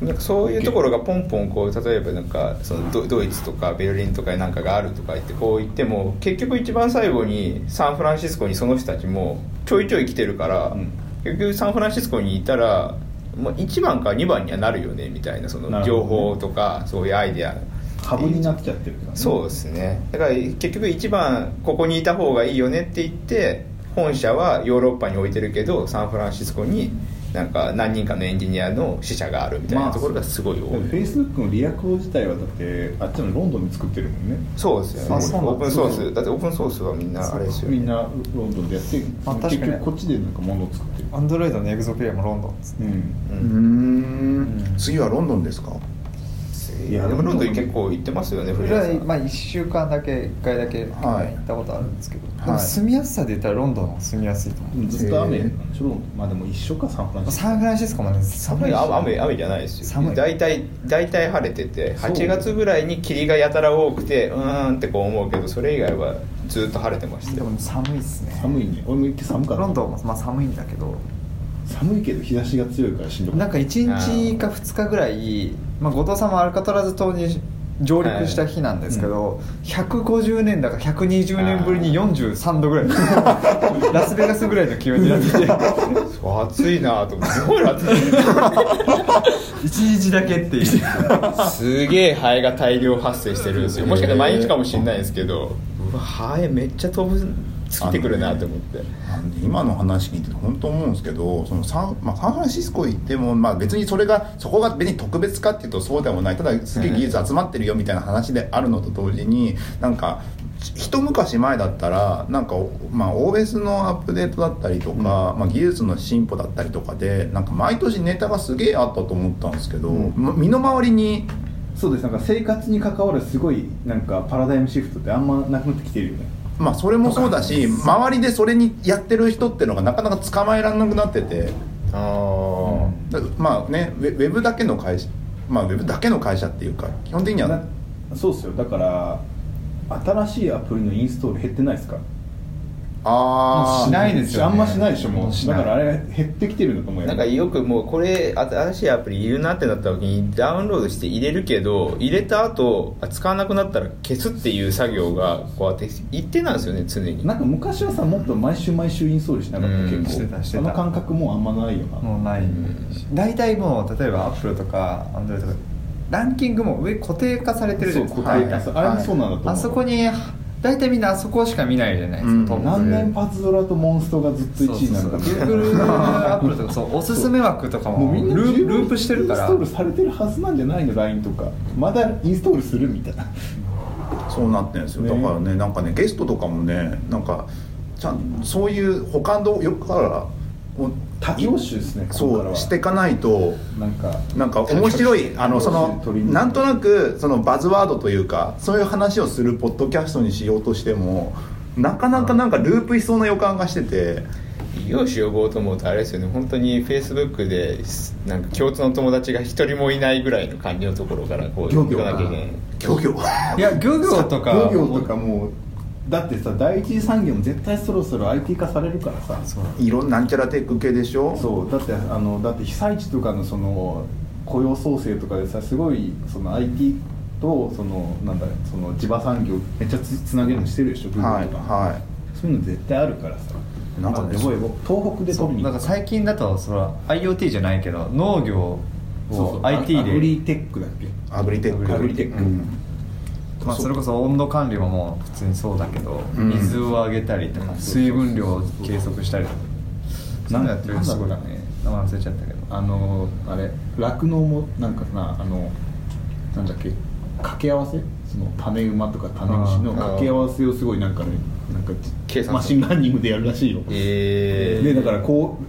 なんかそういうところがポンポンこう例えばなんかそのドドイツとかベルリンとかになんかがあるとか言ってこう言っても結局一番最後にサンフランシスコにその人たちもちょいちょい来てるから、
うん
結局サンフランシスコにいたら、まあ、1番か2番にはなるよねみたいなそ
な
の
るほど
情
ね
報とかそういうアイデア
ハブになっちゃってるからね
そうですねだから結局一番ここにいた方がいいよねって言って本社はヨーロッパに置いてるけどサンフランシスコになんか何人かのエンジニアの支社があるみたいなところがすごい多い、
フェイスブックのリアクト自体はだってあっちのロンドンで作ってるもんね
そうですよ
あ
ね
そうなんだ
オープンソースだってオープンソースはみんなあれですよ
みん
ね
なロンドンでやって
まあ確
結
かに
局こっちでなんか物を作ってる
アンドロイドのエグゾプレイヤーもロンドンです
うん
う
うんん次はロンドンですか
いやでもロンドン結構行ってますよねフリ
俺
ーラ
は
ンスは
まあ1週間だけ1回だけ
はい
行ったことあるんですけど、
はい
でも住みやすさで言ったらロンドンは住みやすいと思う、
ずっと雨なんでしょロンドンまあでも一緒かサンフランシスコ
サンフランシスコもね寒いし
雨雨じゃないですよ
寒い
大体大体晴れてて
そう
8月ぐらいに霧がやたら多くてうーんってこう思うけどそれ以外はずっと晴れてました
で
よ
も寒いっすね
寒いね俺も行って寒かった
ロンドンもまあ寒いんだけど
寒いけど日差しが強いからしんどか
な
っ
んか1日か2日ぐらい、まあ、後藤さんもアルカトラズ島に上陸した日なんですけど、150年だか120年ぶりに43度ぐら いラスベガスぐらいの気温になってて
そう暑いなと思ってすごい暑い
1日だけっていう
すげえハエが大量発生してるんですよもしかしたら毎日かもしれないですけどうわハエめっちゃ飛ぶ尽きてくるなと思って
なんで今の話聞いてて本当思うんですけどそのサン,、まあ、サンフランシスコ行っても、まあ、別にそれがそこが別に特別かっていうとそうでもないただすげえ技術集まってるよみたいな話であるのと同時になんか一昔前だったらなんか、まあ、OS のアップデートだったりとか、まあ、技術の進歩だったりとかでなんか毎年ネタがすげえあったと思ったんですけど、ま身の回りに
たそうですなんか生活に関わるすごいなんかパラダイムシフトってあんまなくなってきてるよね
まあそれもそうだし周りでそれにやってる人っていうのがなかなか捕まえられなくなってて。
ああ
だまあねウェウェブだけの会社まあウェブだけの会社っていうか基本的には
なそうっすよだから新しいアプリのインストール減ってないですか
あ
しないですよね
あんましないでしょも
もう
う
し
だ
ない
からあれ減ってきてるんだと思うよ
なんかよくもうこれあ新しいアプリいるなってなった時にダウンロードして入れるけど入れた後あ使わなくなったら消すっていう作業がこうやって一定なんですよね常に
なんか昔はさもっと毎週毎週インストールしなかった
うん
結構
してたしてた
あの感覚もうあんまないよな
もうない大体もう例えばアップルとかアンドロイドとかランキングも上固定化されてるじ
そ
ゃ
う
ないで
固
す
定
か
化
はい
そうあれもそうなんだと思う
あそこに大体みんなあそこしか見ないじゃないですか、
うん
トップ
何年パズドラとモンストがずっと1位になるか
グ
ら
ーグルアップルとかそうおすすめ枠とかもループ
十分
ループしてるか
イン
ら
ストールされてるはずなんじゃないの LINE とかまだインストールするみたいな
そうなってるんですよ、
ね
だからねなんかねゲストとかもねなんかちゃんそういう保管のよくからこう
多業種ですねここから
そう
は
していかないと
なんか
なん か面白いあのその
取りに行く
なんとなくそのバズワードというかそういう話をするポッドキャストにしようとしてもなかなかなんかループしそうな予感がしてて
美容師呼ぼうと思うとあれですよね本当にフェイスブックでなんか共通の友達が一人もいないぐらいの感じのところからこう
漁
行
業
かなきゃいけない
漁業
いや漁業とか
農業とかもうだってさ第一次産業も絶対そろそろ IT 化されるからさそう
いろんなんちゃらテック系でしょ
だってあのだって被災地とかのその雇用創生とかでさすごいその IT とそのなんだその地場産業めっちゃつつなげるのしてるでしょグー
は
グ
い
ルとか、
はい
そういうの絶対あるからさ
なんかね
まあでもやっぱ東北で
そ
取
う
りに
な
行
んか
く
最近だとそれは IoT じゃないけど農業
そうそ
を
う
IT
アグリ
で、
テックだっけ
アグリテック
アグリテック
うん
まあ、それこそ温度管理ももう普通にそうだけど、
うん
水をあげたりとか水分量を計測したりとかそういうのやってる
なん
と
だ
す
ろ
ご
う
いね名前忘れちゃったけど
あのあれ酪農もなんかなあのなんだっけ掛け合わせその種馬とか種牛の
あー
掛け合わせをすごいなんかねなんか
警察
マシンランニングでやるらしいよ、
え
でだからこう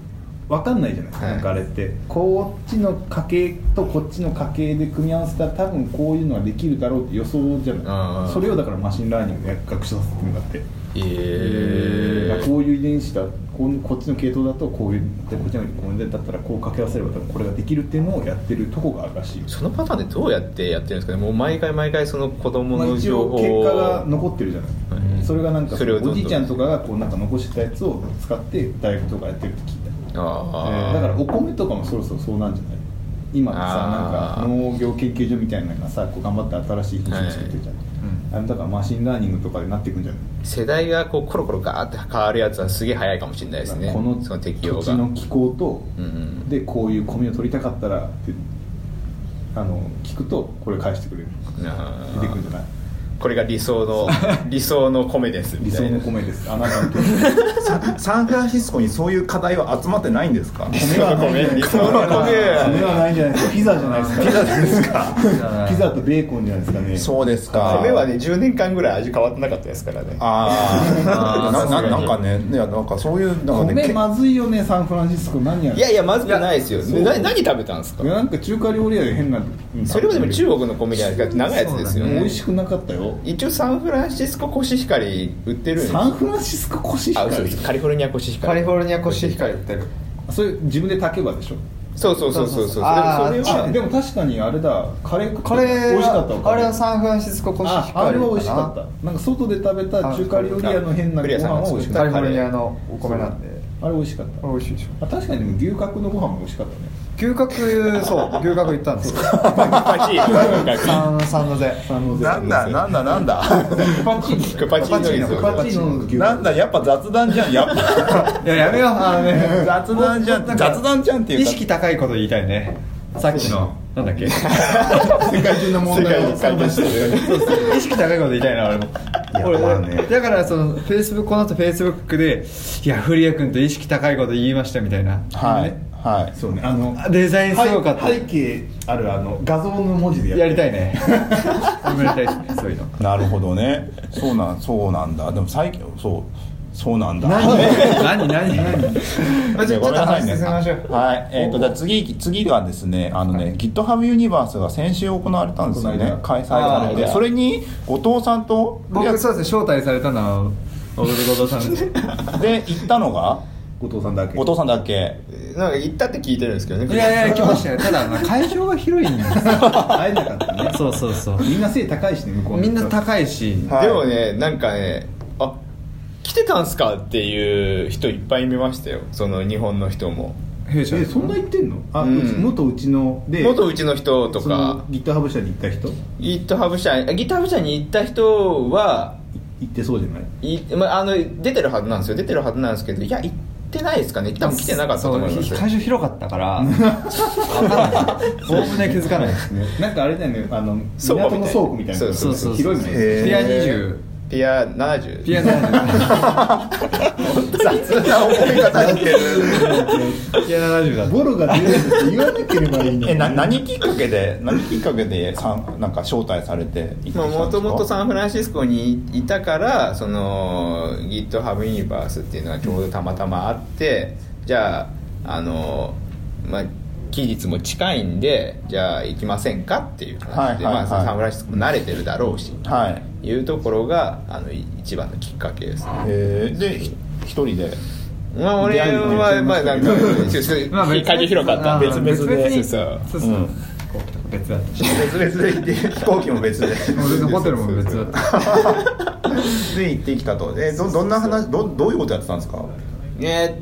分かんないじゃないですか、
はい
なんかあれってこっちの家系とこっちの家系で組み合わせたら多分こういうのができるだろうって予想じゃ
あ
な
ー
いそれをだからマシンラーニングで学習させてるんだって、
え
だ
え
からこういう遺伝子だこうこっちの系統だとこういうでこっちのこういうだったらこう掛け合わせれば多分これができるっていうのをやってるとこがあるらしい
そのパターンでどうやってやってるんですかねもう毎回毎回その子供
まあ、
の
一
情
応
報
結
を、
果が残ってるじゃない、
はい
それがなんか
それをどんどん
おじいちゃんとかがこうなんか残してたやつを使って大学とかやってるって聞いた
ああ
だからお米とかもそろそろそうなんじゃない今ってさ
あ
なん
ー
か農業研究所みたいなのがさこう頑張って新しい品種作ってるじゃん、あれだからマシンラーニングとかになっていくんじゃない
世代がこうコロコロガーって変わるやつはすげえ早いかもしれないですね
この
その
土
適用
地
が
の気候と、
うんうん
でこういう米を取りたかったらってあの聞くとこれ返してくれる
あ
出てくるんじゃない
これが理想 の理想の米ですみ
理
た
想
いな
の米ですあなたの米です
ササンフランシスコにそういう課題は集まってないんですか
米はないんじゃないですか
米
米
はない
はないんじゃないですかピザじゃないですか
ピザですか
ピザとベーコンじゃないですかね
そうですか
米はね10年間ぐらい味変わってなかったですからね
ああ
あー
な
確かに
ななんかねいやなんかそういうなんかね
米
け
まずいよねサンフランシスコ何やる
いやいやまずくないですよ
そう
な何食べたんですか
なんか中華料理屋で変な
それはでも中国の米じゃないですか長いやつですよ
美
ね
味しくなかったよ
一応サンフランシスココシヒカリ売ってるんです
サンフランシスココシヒ
あ
カ
嘘で
リ
すカリフォルニアコシヒカリ
カリフォルニアコシヒカリ売ってる
それ自分で炊けばでしょ
そうそうそうそうそうでもそれ
あー
は
あでも確かにあれだカレー
これ
美味しかったわ
あれはサンフランシスココシヒカリ
ああれは美味しかったなんか外で食べた中華料理屋の変なご飯は美味し
カ
か
リ
っ
フ
た
ォルニアのお米なんで
あれ美味しかった
これ美味しいでしょ
あ確かにでも牛角のご飯も美味しかったね
牛角そう牛角行ったんですよ
パチ
サンサンノゼ
あの
なんだなんだなんだ
パチー
クパチーノリです
ノ
よ
パチーノの牛
なんだやっぱ雑談じゃんやっぱ
いややめようあのね
雑談じゃん
なんか
雑談じゃんっていうか
意識高いこと言いたいねさっきのなんだっけ意
世界中の問題を解決してる
識高いこと言いたいな俺も俺だからそのフェイスブックこの後フェイスブックで「いや古谷君と意識高いこと言いました」みたいな
はい
ね
はい
そうねあの
デザインすごかった、
背背景あるあの画像の文字でやる
やりたいね やりたいですねそう いうの
なるほどねそうなんそうなんだでも最近そうそうなんだ
何 何何
あじゃあごめんなさい
ち
ね
ょっと話進めましょう
はい、えっ、と、じゃあ次、次がですね、あのね、GitHub ユニバースが先週行われたんですよね
行。わ
開催され
あ
て、
ー
それに後藤さんと、いや
僕そうですね招待されたのは小田さんです
で、行ったのが、
後藤さんだけ
後藤さんだっけ。
なんか行ったって聞いてるんですけどね
いやいや来ましたよただあの会場が広いんですよ
会えなかったね
そうそうそう
みんな背高いしね向こうの
み
人
んな高いし
はい
でもねなんかねあ来てたんすかっていう人いっぱい見ましたよその日本の人も
弊社
えそんな言ってんのあ、
うん
うち元うちので
元うちの人と
その
か
GitHub 社に行った人い
GitHub 社にあ GitHub 社に行った人は
行ってそうじゃない
いまあの出てるはずなんですよ出てるはずなんですけどいや行ってないですかね多分来てなかったと思います
そう会場広かったから分かんないオープンで気づかないですね
なんかあれだよねあの港
倉庫み
の
たいな
倉庫みたいな
そう
そうそうそう
広いね
へー
ピア20
ピア70
ピア70
雑な思い方してる。
ピア70だ
ボロが出るって言わなければいいのに
え、な、何きっかけで、何きっかけで、さん、なんか招待されて行ってきたんですか。
もともとサンフランシスコにいたからその GitHub Universe っていうのはちょうどたまたまあってじゃああの、まあ、期日も近いんでじゃあ行きませんかっていう話で
はい
ま
はいはい
あサンフランシスコも慣れてるだろうし
はい。
いうところがあのい一番のきっかけですね
えー、で、ひ一人で。
まあ俺
出会いもね
はまあなんか
まあ
会場広かった
別
別
々
々で
に
そう
そうそう
うん
別だった
別々で行って、飛行機も別で。
俺のホテルも別だった
で、行ってきたと。え、ど、どんな話、ど、どういうことやってたんですか。
えー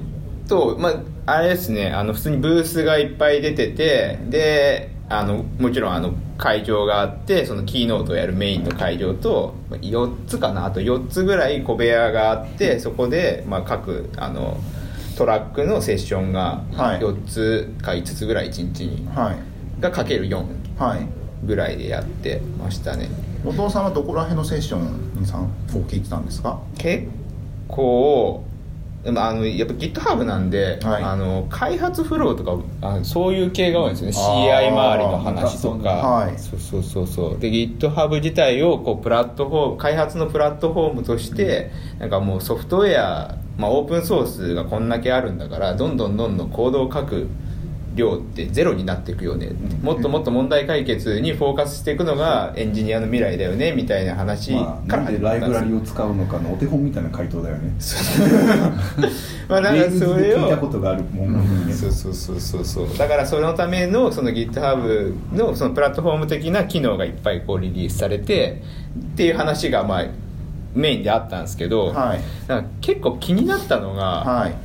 っとまああれですねあの普通にブースがいっぱい出ててであのもちろんあの会場があってそのキーノートをやるメインの会場とまあ4つかなあと4つぐらい小部屋があってそこで、まあ、各あのトラックのセッションが
はい
4つか5つぐらい1日に、
はい。
がかける4
はい。
ぐらいでやってましたね
後藤さんはどこら辺のセッションに参を聞いてたんですか
結構でもあのやっぱ GitHub なんで、
はい
あの開発フローとかあのそういう系が多いんですよね CI 周りの話とか、
はい
そうそうそうそうで GitHub 自体をこうプラットフォーム開発のプラットフォームとして、なんかもうソフトウェア、まあ、オープンソースがこんだけあるんだからどんどんどんどんコードを書く量ってゼロになっていくよね、もっともっと問題解決にフォーカスしていくのがエンジニアの未来だよねみたいな話
まあ、な
から
ん
始
で
ま
ラ
っ
イ
た
ブラ
ん
リ
です
を使うのかのお手本みたいな回答だよね
まあなんかそれ
レイルズで聞いた
を
ことがあるものにね
そうそうそうそうそうだからそのためのその GitHub のそのプラットフォーム的な機能がいっぱいこうリリースされてっていう話がまあメインであったんですけど、
はい
なんか結構気になったのが、
はい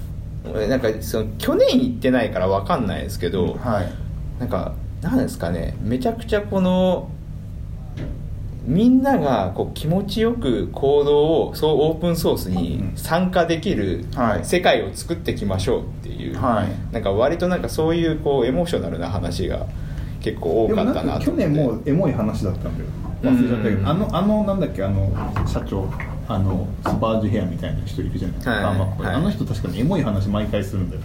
なんかその去年行ってないから分かんないですけど、
はい
なんかなんですかねめちゃくちゃこのみんながこう気持ちよく行動をそうオープンソースに参加できる
はい
世界を作っていきましょうっていう、
はい
なんか割となんかそういうこうエモーショナルな話が結構
で
多
も
か
なん
った
か
なと
去
思って
年もうエモい話だったんだよ忘れちゃったけ
うん
どあのあのなんだっけあの社長あのスバージュヘアみたいな人いるじゃないですか、
はい
バンバンここで
はい
あの人確かにエモい話毎回するんだよ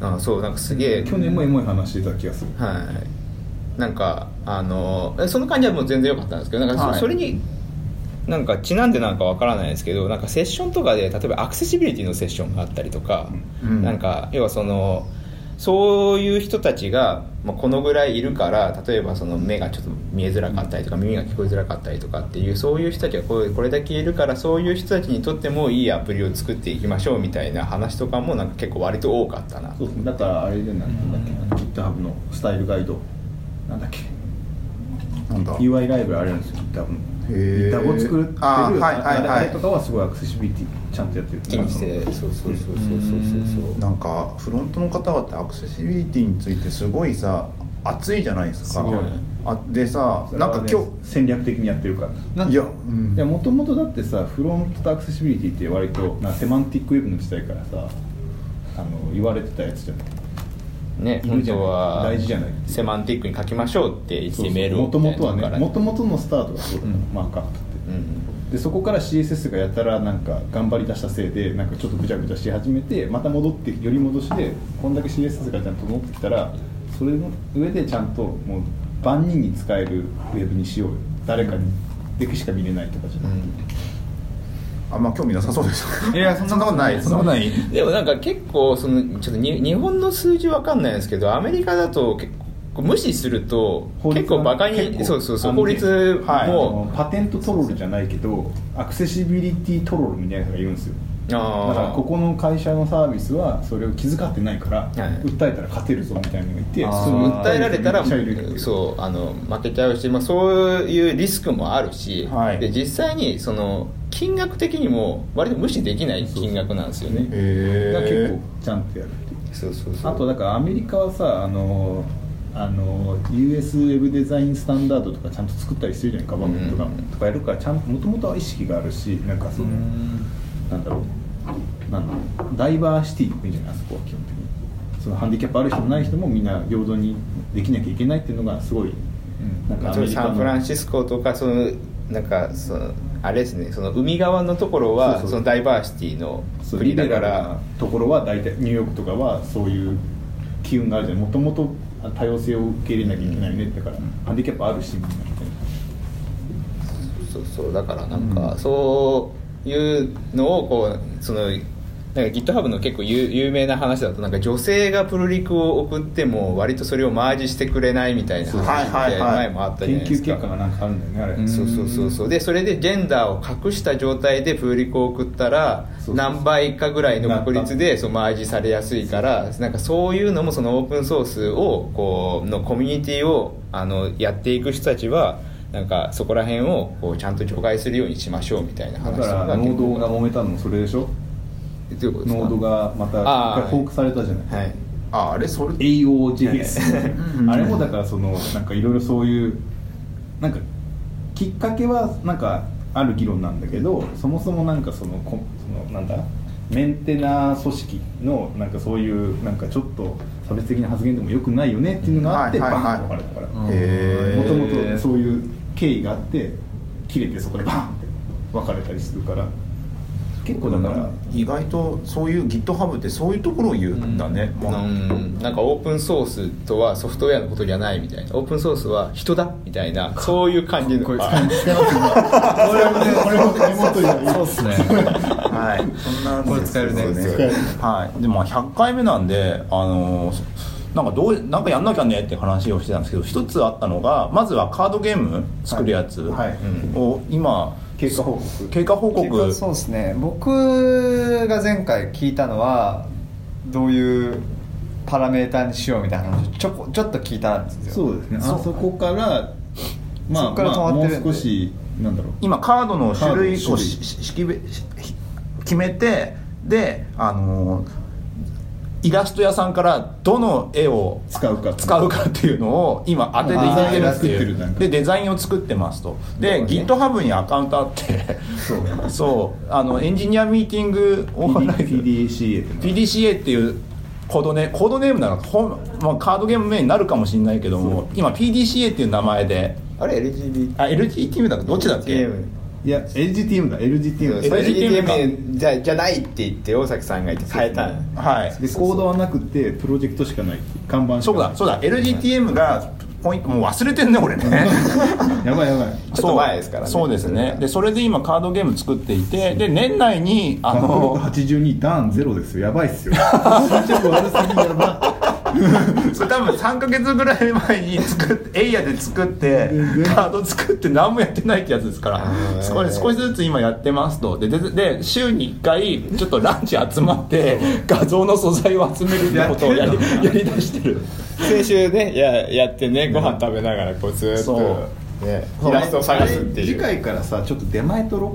あそうなんかすげえ
去年もエモい話してた気がする
はい、なんかあのえその感じはもう全然良かったんですけどなんかそ,、
は
れ
い
になんかちなんでなんかわからないですけどなんかセッションとかで例えばアクセシビリティのセッションがあったりとか、
うん
なんか要はそのそういう人たちが、まあ、このぐらいいるから例えばその目がちょっと見えづらかったりとか耳が聞こえづらかったりとかっていうそういう人たちがこうこれだけいるからそういう人たちにとってもいいアプリを作っていきましょうみたいな話とかもなんか結構割と多かったな
そうそうだからあれでなんだっけ GitHub のスタイルガイドなんだっけ
なんだ
UI ライブラリあるんですよ GitHub の
へー
GitHub を作ってる
あーはいはいはい
あれとかはすごいアクセシビリティちゃんとやってる
気にしてそうそうそうそうそうそう
なんかフロントの方々ってアクセシビリティについてすごいさ熱いじゃないです
す
か
ごい
あでさなんか今
戦略的にやってるから
日いや、うん
いやもともとだってさフロントとアクセシビリティって割となんかセマンティックウェブの時代からさあの言われてたやつじゃない
ね、
いる
本
じゃん
当は
大事じゃない
セマンティックに書きましょうって言っ
そう
て
そう
メールを
もともとはねも
元
ともとのスタートがそうだから、
うん
マークアップって
うん
でそこから CSS がやたらなんか頑張り出したせいでなんかちょっとぐちゃぐちゃし始めてまた戻ってより戻しでこんだけ CSS がちゃんと戻ってきたらそれの上でちゃんともう万人に使えるウェブにしようよ誰かにだけしか見れないとかじゃなくて
あんま興味なさそうです
いやそんなことない
そんなことない
でもなんか結構そのちょっとに日本の数字わかんないですけどアメリカだと結構無視すると
法律
結構バカ
結
に
構
そうそうそ
あ
う
の
法律
あ
も、
のパテントトロールじゃないけどアクセシビリティトロールみたいなのがいるんですよだから
あ
ここの会社のサービスはそれを気遣ってないから、訴えたら勝てるぞみたいなのがいて
あー
その
訴えられたら
めっちゃいるっていう
そうあの負けちゃうし、まあ、そういうリスクもあるし、
はい
で実際にその金額的にも割と無視できない金額なんですよね
が結
へ
構ちゃんとやるっていう
そうそうそう
あとだからアメリカはさあのあの US ウェブデザインスタンダードとかちゃんと作ったりするじゃないガバメントが、
うん
とかやるからちゃんともともとは意識があるしなんかその、なんだろうなんだろうダイバーシティっていうんじゃないあそこは基本的にそのハンディキャップある人もない人もみんな平等にできなきゃいけないっていうのがすごい、なんかアメリカ
サ
の
ンフランシスコとかそのなんかそのあれですねその海側のところは
そうそう
そのダイバーシティの
そう
国
リ
だ
ベラ
か
ル
ら
なところは大体ニューヨークとかはそういう機運があるじゃんもともと多様性を受け入れなきゃいけないねだから、ハンディキャップあるしみたいな
そうそうだからなんか、そういうのをこうそのなんか GitHub の結構有有名な話だとなんか女性がプルリクを送っても割とそれをマージしてくれないみたいな
そうはいは
話
い
で
はい
前もあったじ
研
ゃないで
究
すか
結果がなんかあるんだよねあれ、
そうそうそうそうでそれでジェンダーを隠した状態でプーリコを送ったら
そうそう
何倍かぐらいの確率でそのマージされやすいからなんかそういうのもそのオープンソースをこうのコミュニティをあのやっていく人たちはなんかそこら辺をこうちゃんと除外するようにしましょうみたいな
だ
話
か
とから結
農道
構
が揉めたのもそれでしょ
どういうことですか
ノードがまた
あー
一回報告されたじゃない、
はい
ーああれそれ
AOJS あれもだからそのなんかいろいろそういうなんかきっかけはなんかある議論なんだけどそもそもなんかそのこそのなんだメンテナー組織のなんかそういうなんかちょっと差別的な発言でもよくないよねっていうのがあって
は
バ
いはいはい
ンと分かれたから
うん
も
へー
ともとそういう経緯があって切れてそこでバンって分かれたりするから結構だから
意外とそういう GitHub ってそういうところを言うんだね、
う
まあ
んなんかオープンソースとはソフトウェアのことじゃないみたいなオープンソースは人だみたいなそういう感じの
こいつ
あ
感じてますねこれもこれもこれもそうっすね
はいそんな
これ使えるね
そうですはいでもまあ100回目なんであのーそなんかどうなんかやんなきゃねって話をしてたんですけど一つあったのがまずはカードゲーム作るやつを、
はいはい
今
経過報告
経過報告
そうですね僕が前回聞いたのはどういうパラメーターにしようみたいな話をちょこちょっと聞いたんですよ
そうですねあそこからま
そ
あ
こから止ま
まあ
って
も
る
うん
で
少しなんだろう
今カードの種類
カード
を
の種類
しし識別し決めてであのーイラスト屋さんからどの絵を
使うか
使うかっていうのを今当てていってるって
デザインを作ってる段階
いうでデザインを作ってますとで、
なるほどね
GitHub にアカウントあってそうあのエンジニアミーティングオンライン
PDCA ってね
PDCA っていうコードネコードネームなのかほん、まあ、カードゲーム名になるかもしれないけども今 PDCA っていう名前で
れ LGBT
あ LGTM だかどっちだっけ
いや LGTM だ LGTM
それ LGTM か
LGTM じゃじゃないって言って大崎さんが言って変えたの
はい
でコードはなくてプロジェクトしかない看板しか
そう
な
だ
い
そうだ LGTM がポイントもう忘れてんね俺ね
やばいやばい
ちょっと前ですからね
そうそうですねでそれで今カードゲーム作っていてで年内にあ
あの
の
82ダーンゼロですよやばいっすよ進捗悪すぎやば
それ多分3か月ぐらい前に作ってエイヤで作ってカード作って何もやってないってやつですから
ー
少し少しずつ今やってますとででで週に1回ちょっとランチ集まって画像の素材を集めるってことをやりやりだしてる
先週 ねややってねご飯食べながらこうずーっ
そ
と、ね、
い
イラストを探すっ
あ
て
れ
い
次
う
回からさちょっと出前取ろう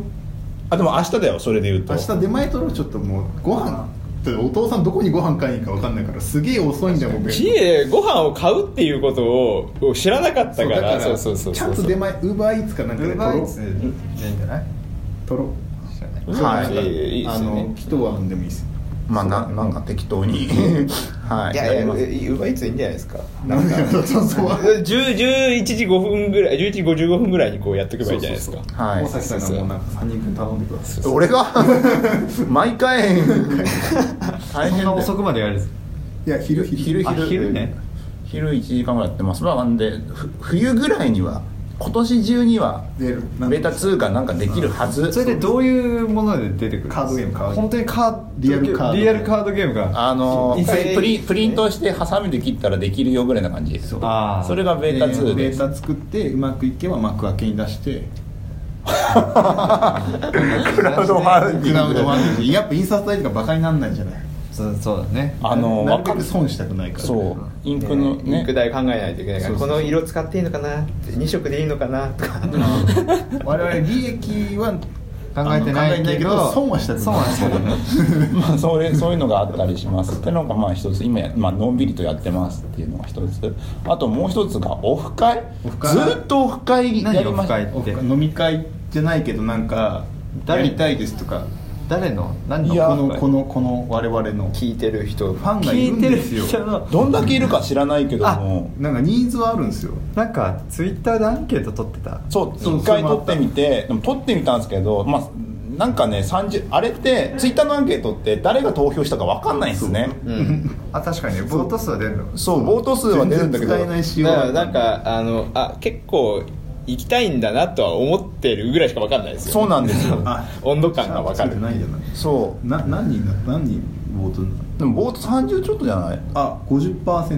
あでも明日だよそれで言うと
明日出前取ろうちょっともうご飯ってお父さんどこにご飯買いに行くか分かんないからすげえ遅いんだよ僕
家でご飯を買うっていうことをこう知らなかったからそうそうそう
ち
そ
ゃん
う
と出前ウーバーイーツかなんかで取ろう
でいいんじゃない
取ろう
はい
そうなんか
いいですよね
あの人はでもいいですよ
まあななんか適当に はい
いやい
や
や
り
ウ
ます
ーバーイーツいいんじゃないですか
なんかそうそう
10 11時5分ぐらい11時55分ぐらいにこうやっとけばいいじゃないですか
は
大崎さんがもうなんか3人分頼んでください
い俺が 毎 回
そん
大変だ
な
よ
遅くまでやるんです
いや昼
昼
あ
昼
昼ね
昼1時間ぐらいやってますまあなんでふ冬ぐらいには今年中には
出るなんか
ベータ2がなんかできるはず
それでどういうもので出てくるんですか
カードゲームカードゲーム
本当にカー
リアルカード
リアルカードゲームが
あの
一回
プリプリントしてハサミで切ったらできるよぐらいな感じそ
あー
それがベータ2
ベ
で
ー
す、
タ作ってうまくいけば幕開けに出して
クラウドファンデ
クラウド
ィング
ワンでやっぱ印刷代とかバカになんないじゃない
そうそうだね
あの
なるべ
わ
く
か
損したくないから
そうインクの
ねイ
ね
ンク代考えないといけないから
そう
こ
そうそう
の色使っていいのかな2色でいいのかなとか
我々利益は
考えてないけど
あの考え損はしたくない
損はしたくない
まあそういうそういうのがあったりしますって のがまあ一つ今や、まあのんびりとやってますっていうのが一つあともう一つがオフ会
オフ会
ずーっとオフ会やり
何オ
ま
フ
した
会って
飲み会じゃないけどなんかやりたいですとか
誰の何の
いや
このこのこの我々のフ
聞いてる人
ァンがい
聞
る
い
ん
てる
ですよ
人の
どんだけいるか知らないけども
なんかニーズはあるんですよ
なんかツイッターでアンケート取ってた
そう
そう
一回
それも
撮
あ
っ
った
てみてでも撮ってみたんですけどまあなんかね30あれってツイッターのアンケートって誰が投票したかわかんないんですね
うん
あ確かにねボート数は出るの
そうボート数は出るんだけど
全然使えない仕様
だからなんかあのあ結構行きたいんだなとは思ってるぐらいしか分かんないですよ
そうなんですよ
あ
温度感が分か
つい
る
てないじゃない
そう
な何人だ何人ボートに
でもボート30ちょっとじゃない
あ 50%30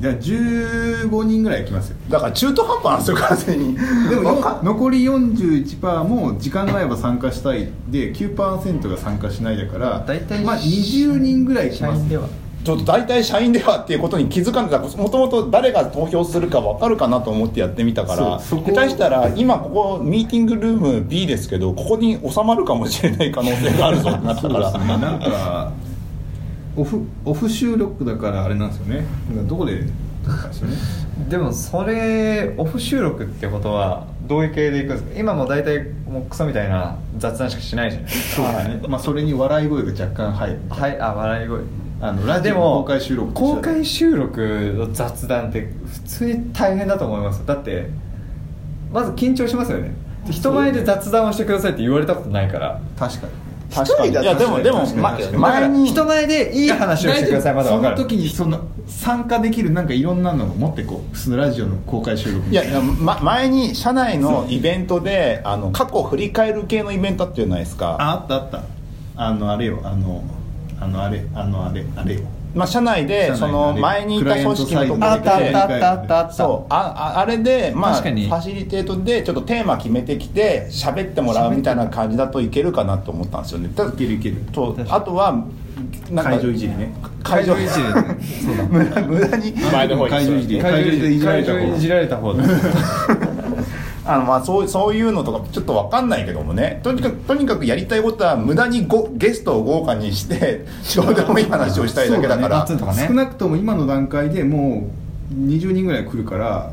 だから15人ぐらい来ますよ
だから中途半端なんですよ完全に
でも
わか
よ残り41%も時間があれば参加したいで9%が参加しないだから
大体
まあ、20人ぐらい来
社
ます
員では
ちょっと大体社員ではっていうことに気づかんでたもともと誰が投票するか分かるかなと思ってやってみたから
そうそ
下
こ
手したら今ここミーティングルーム B ですけどここに収まるかもしれない可能性があるぞってなった
そう
か
ですね
ら
なんかオフオフ収録だからあれなんですよねどこで撮ったんですよね
でもそれオフ収録ってことはどういう系でいくんですか今もう大体もうクソみたいな雑談しかしないじゃない
そうですね、まあ、それに笑い声が若干入る
はいあ笑い声
あのラジ
で
オ
も
公開収録としては
公開収録の雑談って普通に大変だと思いますよだってまず緊張しますよね人前で雑談をしてくださいって言われたことないから
確かに
一人だ
いやでもでもま前に
人前でいい話をしてくださいまだ
そ
わか
の
る
時にその参加できるなんかいろんなのを持ってこうそのラジオの公開収録
い
に
やいや、ま、前に社内のイベントであの過去を振り返る系のイベントあったじゃないですか、
ああったあったあのあれよあのあのあれあのあれあれよ
まあ、社内
社内
で
の
その
ね
前にいた組織のところ
クライアントサイドで
で
あっ
あ
そうあああれで、まあ、
確
フ
かに
ァシリテートでちょっとテーマ決めてきて喋ってもらうみたいな感じだといけるかなと思ったんですよねただ
いけるいける
とあとはなんか
会場いじりね
会場いじり無駄無駄に
前の方に
会場いじり
会場いじられた方
会場いじ
だ
あのまあそうそういうのとかちょっとわかんないけどもねとにかくとにかくやりたいことは無駄にごゲストを豪華にしてどうでもいい話をしたいだけだから
そうだね夏とかね
少なくとも今の段階でもう20人ぐらい来るから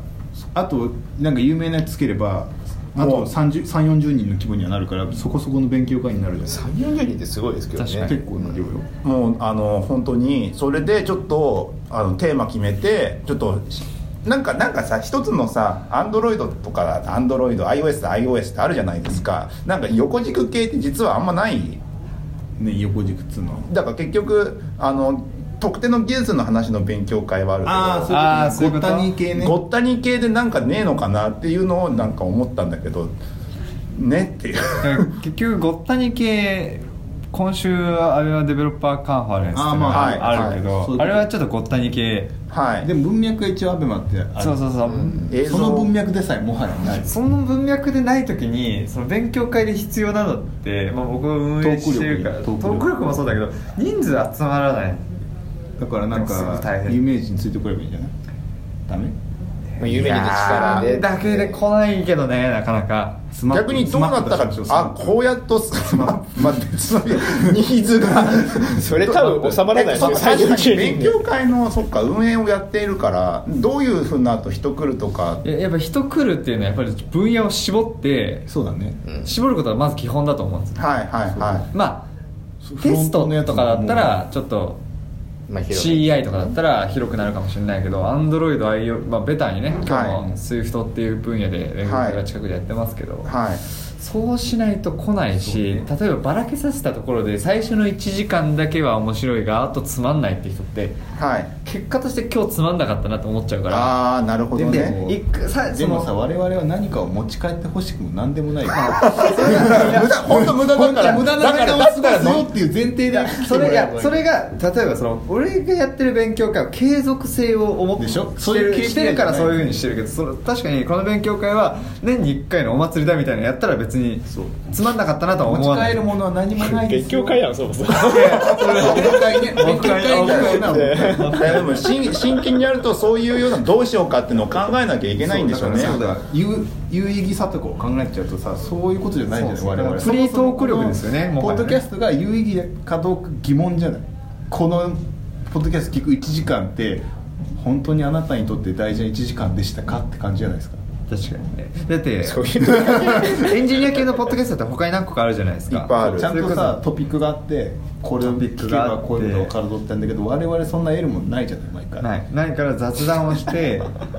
あとなんか有名なやつつければあ
も
と
う
3 0 4 0人の規模にはなるからそこそこの勉強会になるじゃない
3 4 0人ってすごいですけどね
結構な量よ
もうあの本当にそれでちょっとあのテーマ決めてちょっとなんかなんかさ一つのさアンドロイドとかアンドロイド iOSiOS ってあるじゃないですかなんか横軸系って実はあんまない
ね横軸っつうの
だから結局あの特定の技術の話の勉強会はあるけど
あ
あ
あ
ー
そ
そううい
い
うう
こ
ことと
ゴッタニー系ね
ごったに系でなんかねえのかなっていうのをなんか思ったんだけどねっていう
から結局ごったに系今週はあれはデベロッパーカンファレンスっていうの
あ
ーまあ
があるけど、
はいはい
あれはちょっとごったに系
はい
でも文脈が一応アベマってある
そうそうそう、
映像
その文脈でさえもはやない
その文脈でない時にその勉強会で必要なのって、まあ、僕は運営してるから
ト
ト
ー
ー
ク力
ク力もそうだけど人数集まらない
だからなん
すご
か
い大変
有名人ついてこればいいんじゃないダメ
まあ有名人の力
い
で
やーだけで来ないけどねなかなか
スマップ
逆にどうなったかって
ス
いう
マップ
とあこうやっとスマまあ別のニーズが
それ多分収まらない
えそう
最
確か
初
に
に
勉強会のそっか運営をやっているからどういうふうなと人来るとか
いややっぱ人来るっていうのはやっぱり分野を絞って
そうだね
絞ることはまず基本だと思うんです
はいはいはい
ま
そう
あテストとかだった
フロントのやつもも
らちょっと
まあ広い
CEI とかだったら広くなるかもしれないけど Android、IO まあ、ベタにね今日も SWIFT っていう分野で連合会が近くでやってますけど、
はい
そうしないと来ないし、例えばばらけさせたところで最初の1時間だけは面白いがあとつまんないって人って
はい
結果として今日つまんなかったなと思っちゃうから
ああなるほど
で
ね
いくさ
でも
そ
さ
の
我々は何かを持ち帰ってほしくも何でもないから
無駄本当無駄だから
無駄
だ
な
か
時
ら
間を
だ
過
か
ご
ら
すよっていう前提で
それいやそれが例えばその俺がやってる勉強会は継続性を思って
でしょ
し
そう
て
いう
る
経験
してるから
じゃない
そういうふうにしてるけどその確かにこの勉強会は年に1回のお祭りだみたいなのやったら別に
そう
つまんなかったなとは
持
思わ
ち
な
帰
い
るものは何もない
勉強会やんそうそう
勉強会ね勉強会みたいなの
いやでも真真剣にやるとそういうようなどうしようかっていうのを考えなきゃいけないんでしょうね
そうだから有有意義さとかを考えちゃうとさそういうことじゃないじゃない
そうそう
我々
フリートーク力ですよね
そもそ
も
もポ
は
ッ
やね
ドキャストが有意義かどうか疑問じゃないこのポッドキャスト聞く1時間って本当にあなたにとって大事な1時間でしたかって感じじゃないですか
確かにねだって
そういう
エンジニア系のポッドキャストって他に何個かあるじゃないですか
いっぱいある
ちゃんとさトピックがあってこれを聞けばこういうことが分かるぞってんだけど我々そんな得るもんないじゃない毎回
ないないから雑談をして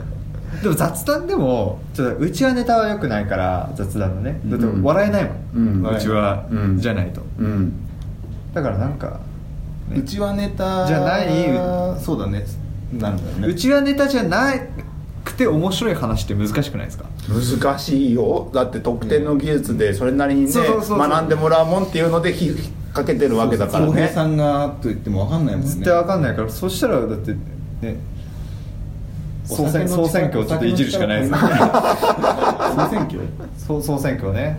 でも雑談でもちょっとうちはネタは良くないから雑談のねだって
うん
笑えないもん、
う
うんちは、
うん
じゃないと
うん
だからなんか、ね
うちはネタ
じゃない
そうだねなんだよね
うちはネタじゃなくて面白い話って難しくないですか
難しいよだって特典の技術でそれなりにね
そうそうそうそう
学んでもらうもんっていうので引っ掛けてるわけだから
そうそう浩
ね
平さんがと言っても分かんないもんね
絶対わかんないからそしたらだってね総選総選挙をちょっといじるしかないですね
総選挙
総 総選挙をね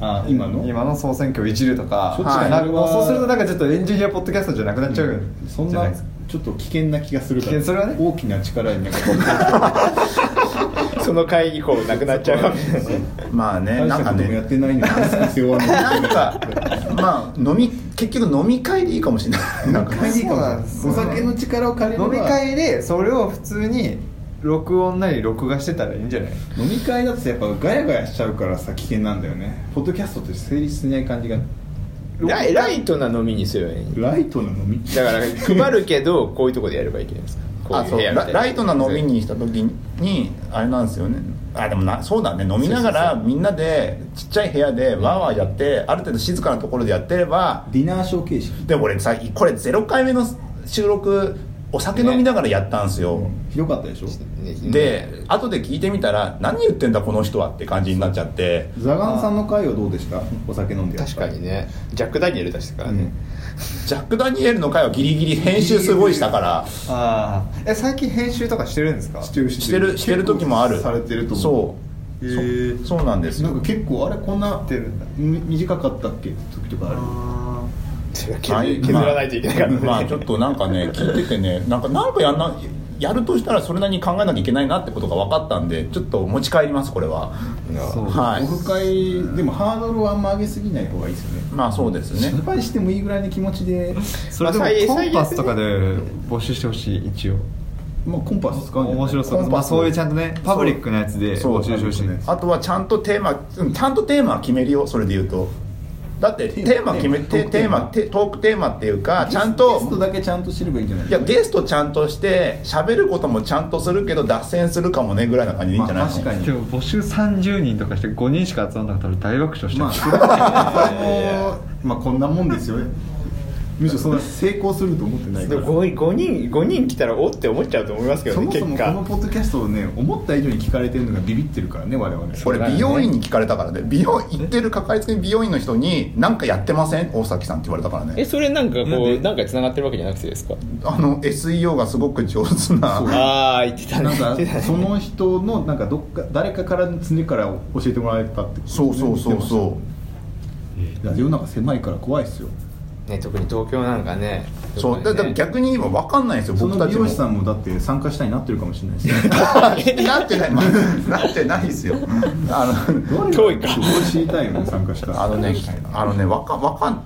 あ今の
今の総選挙をいじるとか
そっ
ちが
なんか
それは
もうそうするとなんかちょっとエンジニアポッドキャストじゃなくなっちゃう
そん
じゃ
ない
ですか
ちょっと危険な気がするから
危険それはね
大きな力になんかこう
その会議こうなくなっちゃうかもしれない
まあね
大し
な
た
ん
こ
か
ともや
ね
ってないのに必要はない
なんかまあ飲み結局飲み会でいいかもしれないなんか
いいかも
お酒の力を借りれ
飲
ば
み会でそれを普通に録音なり録画してたらいいんじゃない
飲み会だとやっぱガヤガヤしちゃうからさ危険なんだよねポッドキャストって成立しない感じが
ライライトな飲みにすればいい
ライトな飲み
だから配るけどこういうとこでやればいいけないですかこう
あ
いう
そ
部
う
屋みた
ラ
いな
ライトな飲みにした時にあれなんですよねあでもなそうだね飲みながらみんなでちっちゃい部屋でわーわーやって、ある程度静かなところでやってれば
ディナーショー形式
で俺さこれ0回目の収録お酒飲みながらやったんすよ、
ひどかったでしょ
で後で聞いてみたら何言ってんだこの人はって感じになっちゃって
ザガンさんの会はどうでしたお酒飲んでやっ
確
た
かにねジャック・ダニエル出してから
うん
ね、
ジャック・ダニエルの回はギリギリ編集すごいしたから
ああえ最近編集とかしてるんですか
してる
してるしてる時もある
結構されてると
そ
思
う、
へー
そうそうなんです
な
よ
んか結構あれこんな
てるんだ
み短かったっけ時とかある
削
はい
削らないといけなかったね、
まあ、まあちょっとなんかね聞いててねなんかなんかやんなやるとしたらそれなりに考えなきゃいけないなってことが分かったんでちょっと持ち帰りますこれは
そう
はい
オフ会でもハードルはあんま上げすぎない方がいいですよね
まあそうですね
失敗してもいいぐらいの気持ちで、
それで
まあ最
もコンパス
最悪ね
とかで募集してほしい一応
まあ、コンパス使うんじゃない
面白そう、まあ、そういうちゃんとねパブリックなやつで
そう
募集してほしい
そう
あとはちゃんとテーマうんちゃんとテーマは決めるよそれで言うとだってテーマ決めてテーマテトークテーマっていうかちゃ
ゲス
ん
ト
と
だけちゃんと知ればいいんじゃない
いやゲストちゃんとして喋ることもちゃんとするけど脱線するかもねぐらいな感じでいいんじゃない
まあ確かに
でも募集30人とかして5人しか集まんなかったら大爆笑して
ま
る
あ、それはもうまあこんなもんですよむしろそんな成功すると思ってないか
で
ら
も 5, 人5人来たらおって思っちゃうと思いますけど
そ
ね
もそも
結
この
果
ポッドキャストをね思った以上に聞かれてるのがビビってるからね我々
これ美容院に聞かれたからね美容行ってるかかりつけの美容院の人に「何かやってません大崎さん」って言われたからね
それなんかこ
なんで
なんかつながってるわけじゃなくてですか
あの SEO がすごく上手な
ああ言ってたね
なんか
言ってたね
その人のなんかどっか誰かから常から教えてもらえたってこと
そうそうそうそう
ラジオなんか狭いから怖いっすよ
ね特に東京なんかね
うそうだだから逆に今分かんないんですよ
そ
僕
の
た
美
ち
容
も
師さんもだって参加したいになってるかもしれないですよ
なってない、まあなってないですよあの
遠いか
そこ知りたいよね参加した
あのねあのねわかわかん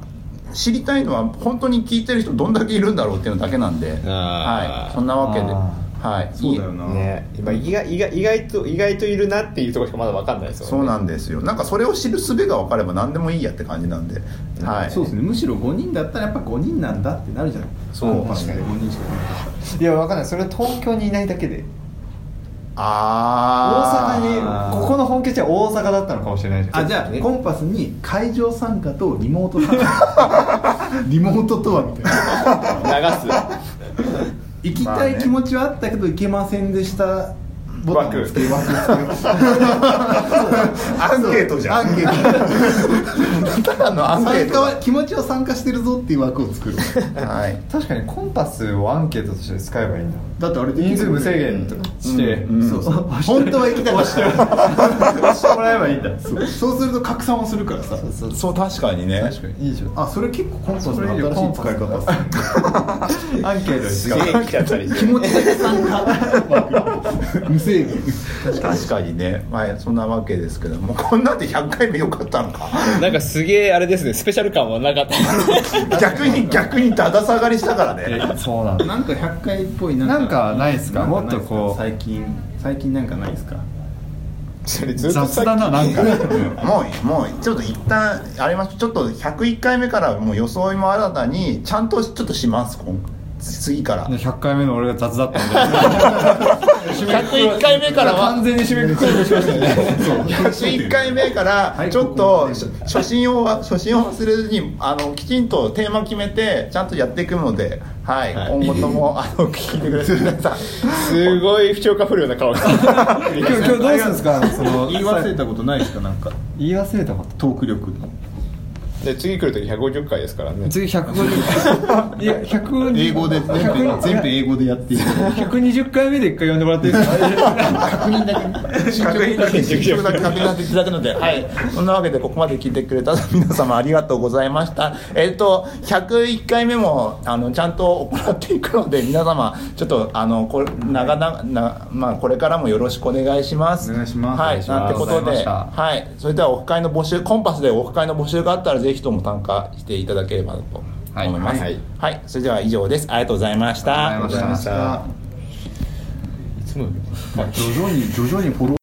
知りたいのは本当に聞いてる人どんだけいるんだろうっていうのだけなんで、
あー
はい、そんなわけで、
あ
はい、
そうだよな、
ね今意外意外意外と意外といるなっていうところしかまだ分かんないですよね
そうなんですよなんかそれを知る術が分かれば何でもいいやって感じなんで、はい、
そうですねむしろ5人だったらやっぱ5人なんだってなるじゃない
そう
確かに5人しかいない
いや分かんないそれは東京にいないだけで
ああ
ここ
の本拠地は大阪だったのかもしれない
あじゃあコンパスに会場参加とリモート参 加リモートとはみたいな
流す
行きたい気持ちはあったけど行けませんでしたボタンをつけ枠つけ
アンケートじゃん
アンケート
ただのアンケ
参
ー
加
ト
は気持ちは参加してるぞっていう枠を作る
はい
確かにコンパスをアンケートとして使えばいいんだ
だってあれで
人数無制限として、
うん
そうそう本当は行きたかった
押してもらえばいいんだ
そうそうすると拡散をするからさ
そう確かにね
いいじゃん
あそれ結構コンパスの新しい使い方っすね
アンケートすげえ来ちゃったりして
気持ちだけ参加無制限
確かにねまあそんなわけですけどもこんなんで100回目よかったのか
なんかすげえあれですねスペシャル感はなかった
逆に逆にだだ下がりしたからね
えそう なんだ
なんか100回っぽい
なんかないっすか
なん
もっとこう
ないっすか最近最近なんかないですか
それずっと
雑だな なんか
もうもうちょっと一旦ありますちょっと101回目からもう装いも新たにちゃんとちょっとします今 次から
100回目の俺が雑だったんで
101回目からは
完全に締めくくろうとしましたね
101回目から
い
ちょっ
ここ
と初初心を初心を忘れずにあのきちんとテーマ決めてちゃんとやっていくので、はい今後ともあの聞いてください皆さん
すごい不調か不良な顔して
今日今日どうするんですかその
言い忘れたことないですかなんか
言い忘れたこと
トーク力の
で次来るとき150回ですからね
次150 いや100
英語で全部全部英語で やっていく
120回目で一回呼んでもらっていいですか
確認だけ進捗だけ確認だけいただくので、はい、そんなわけでここまで聞いてくれた皆様ありがとうございましたえっ、と101回目もあのちゃんと行っていくので皆様ちょっとあのこれ長々な、まあ、これからもよろしくお願いします
お願いします
は
お願い
い、
します
なんてこと
あり
で、
がとうございまし
はい、それではオフ会の募集コンパスでオフ会の募集があったらぜひとも参加していただければと思います
はいはい
はい、それでは以上ですありがとうございました
ありがとうございました
徐々に徐々にフォロー